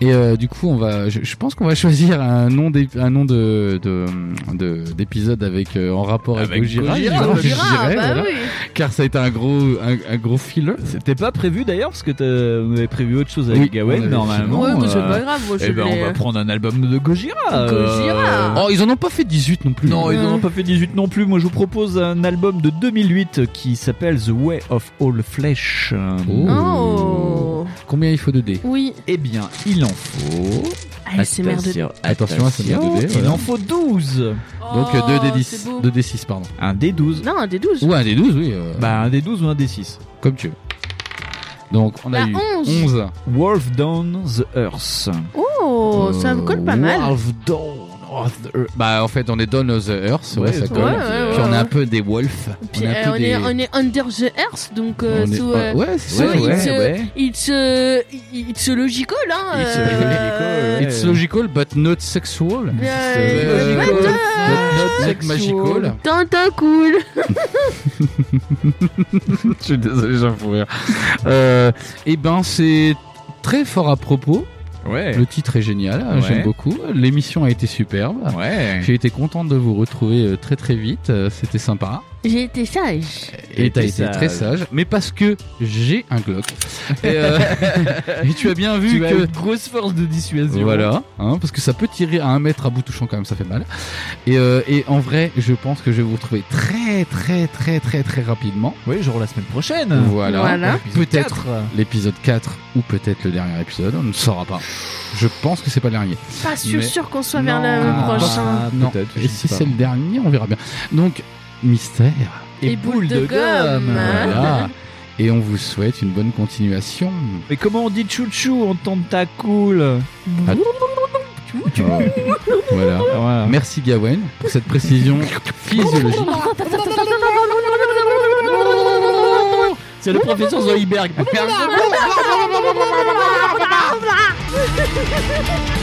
C: Et euh, du coup, on va, je, je pense qu'on va choisir un nom, d'é- un nom de, de, de- d'épisode avec euh, en rapport avec,
G: Avec
C: Gojira,
G: Gojira,
C: évidemment, je
E: Gérard,
C: dirais,
E: bah
C: voilà.
E: oui.
C: car ça a été un gros, un, un gros filler.
D: C'était pas prévu d'ailleurs, parce que t'as- on avait prévu autre chose
C: Oui,
D: avec
C: on
D: Gawain
C: avait-
D: normalement.
E: Ouais, mais c'est
D: euh,
E: pas grave, moi, je
D: eh ben,
E: l'ai,
D: on va
E: euh,
D: prendre un album de Gojira. euh.
E: Gojira.
C: Oh, ils en ont pas fait 18 non plus.
D: Non, ils n'en ont
E: Ouais.
D: pas fait 18 non plus. Moi, je vous propose un album de 2008 qui s'appelle The Way of All Flesh. Euh,
C: Oh.
E: Oh.
C: Combien il faut de dés
E: Oui.
D: Eh bien, il en faut.
E: Allez, c'est merde.
C: Attention à cette merde de dés,
D: Il
C: voilà.
D: en faut 12.
C: Donc euh,
E: Oh,
C: 2 d
E: c'est
C: 10,
E: beau.
C: 2 d 6 pardon.
D: Un des 12.
E: Non, un des 12.
C: Ou un d 12, oui, euh,
D: Bah, un des 12 ou un des 6.
C: comme tu veux. Donc on a
E: La
C: eu
E: 11.
C: 11.
D: Wolf Down the Earth.
E: Oh, ça me
C: Euh,
E: colle pas mal.
C: Wolf Dawn of the Earth. Bah en fait on est Dawn of the Earth, ouais,
D: Ouais,
C: ça
D: ouais,
C: colle.
E: ouais, ouais,
C: Puis on
E: ouais.
C: a un peu des wolves.
E: Puis,
C: on a un
E: euh,
C: peu
E: on,
C: des...
E: est, on est under the earth, donc euh,
C: on est-
E: sous, euh,
C: Ouais, c'est
E: Ouais,
C: ça,
E: il
C: ouais.
E: se- it's, euh, it's logical, hein.
D: It's
E: euh,
D: logical, ouais.
C: It's logical but not sexual.
E: Euh,
C: But
E: what the-
C: not- not magical.
E: Tentacule.
C: Je suis désolé, j'ai un fou rire. Euh, eh ben, c'est très fort à propos.
D: Ouais.
C: Le titre est génial, hein,
D: Ouais.
C: j'aime beaucoup. L'émission a été superbe.
D: Ouais.
C: J'ai été contente de vous retrouver euh, très très vite, euh, c'était sympa.
E: J'ai été sage.
C: Et t'as
D: t'es
C: été très sage, mais parce que j'ai un Glock. Et, euh, et tu as bien vu
D: Tu as
C: que...
D: une grosse force de dissuasion.
C: Voilà, hein, parce que ça peut tirer à un mètre à bout touchant quand même, ça fait mal. Et, euh, et en vrai, je pense que je vais vous retrouver très très très très très rapidement.
D: Oui, genre la semaine prochaine.
C: Voilà.
E: Voilà.
C: Peut-être
D: 4.
C: l'épisode 4 ou peut-être le dernier épisode, on ne saura pas. Je pense que c'est pas le dernier.
E: Pas sûr,
C: Mais-
E: sûr qu'on soit
C: Non.
E: vers le
C: Ah,
E: prochain.
D: Ah,
C: Non.
D: peut-être, je
C: Et si
D: sais pas.
C: c'est le dernier, on verra bien. Donc, mystère.
E: Et boule de gomme.
D: Ah.
C: Voilà. Et on vous souhaite une bonne continuation.
D: Mais comment on dit chouchou en tentacule
C: Euh, voilà.
D: Voilà.
C: Merci Gawen pour cette précision physiologique.
D: C'est le professeur Zoidberg.
C: Merci.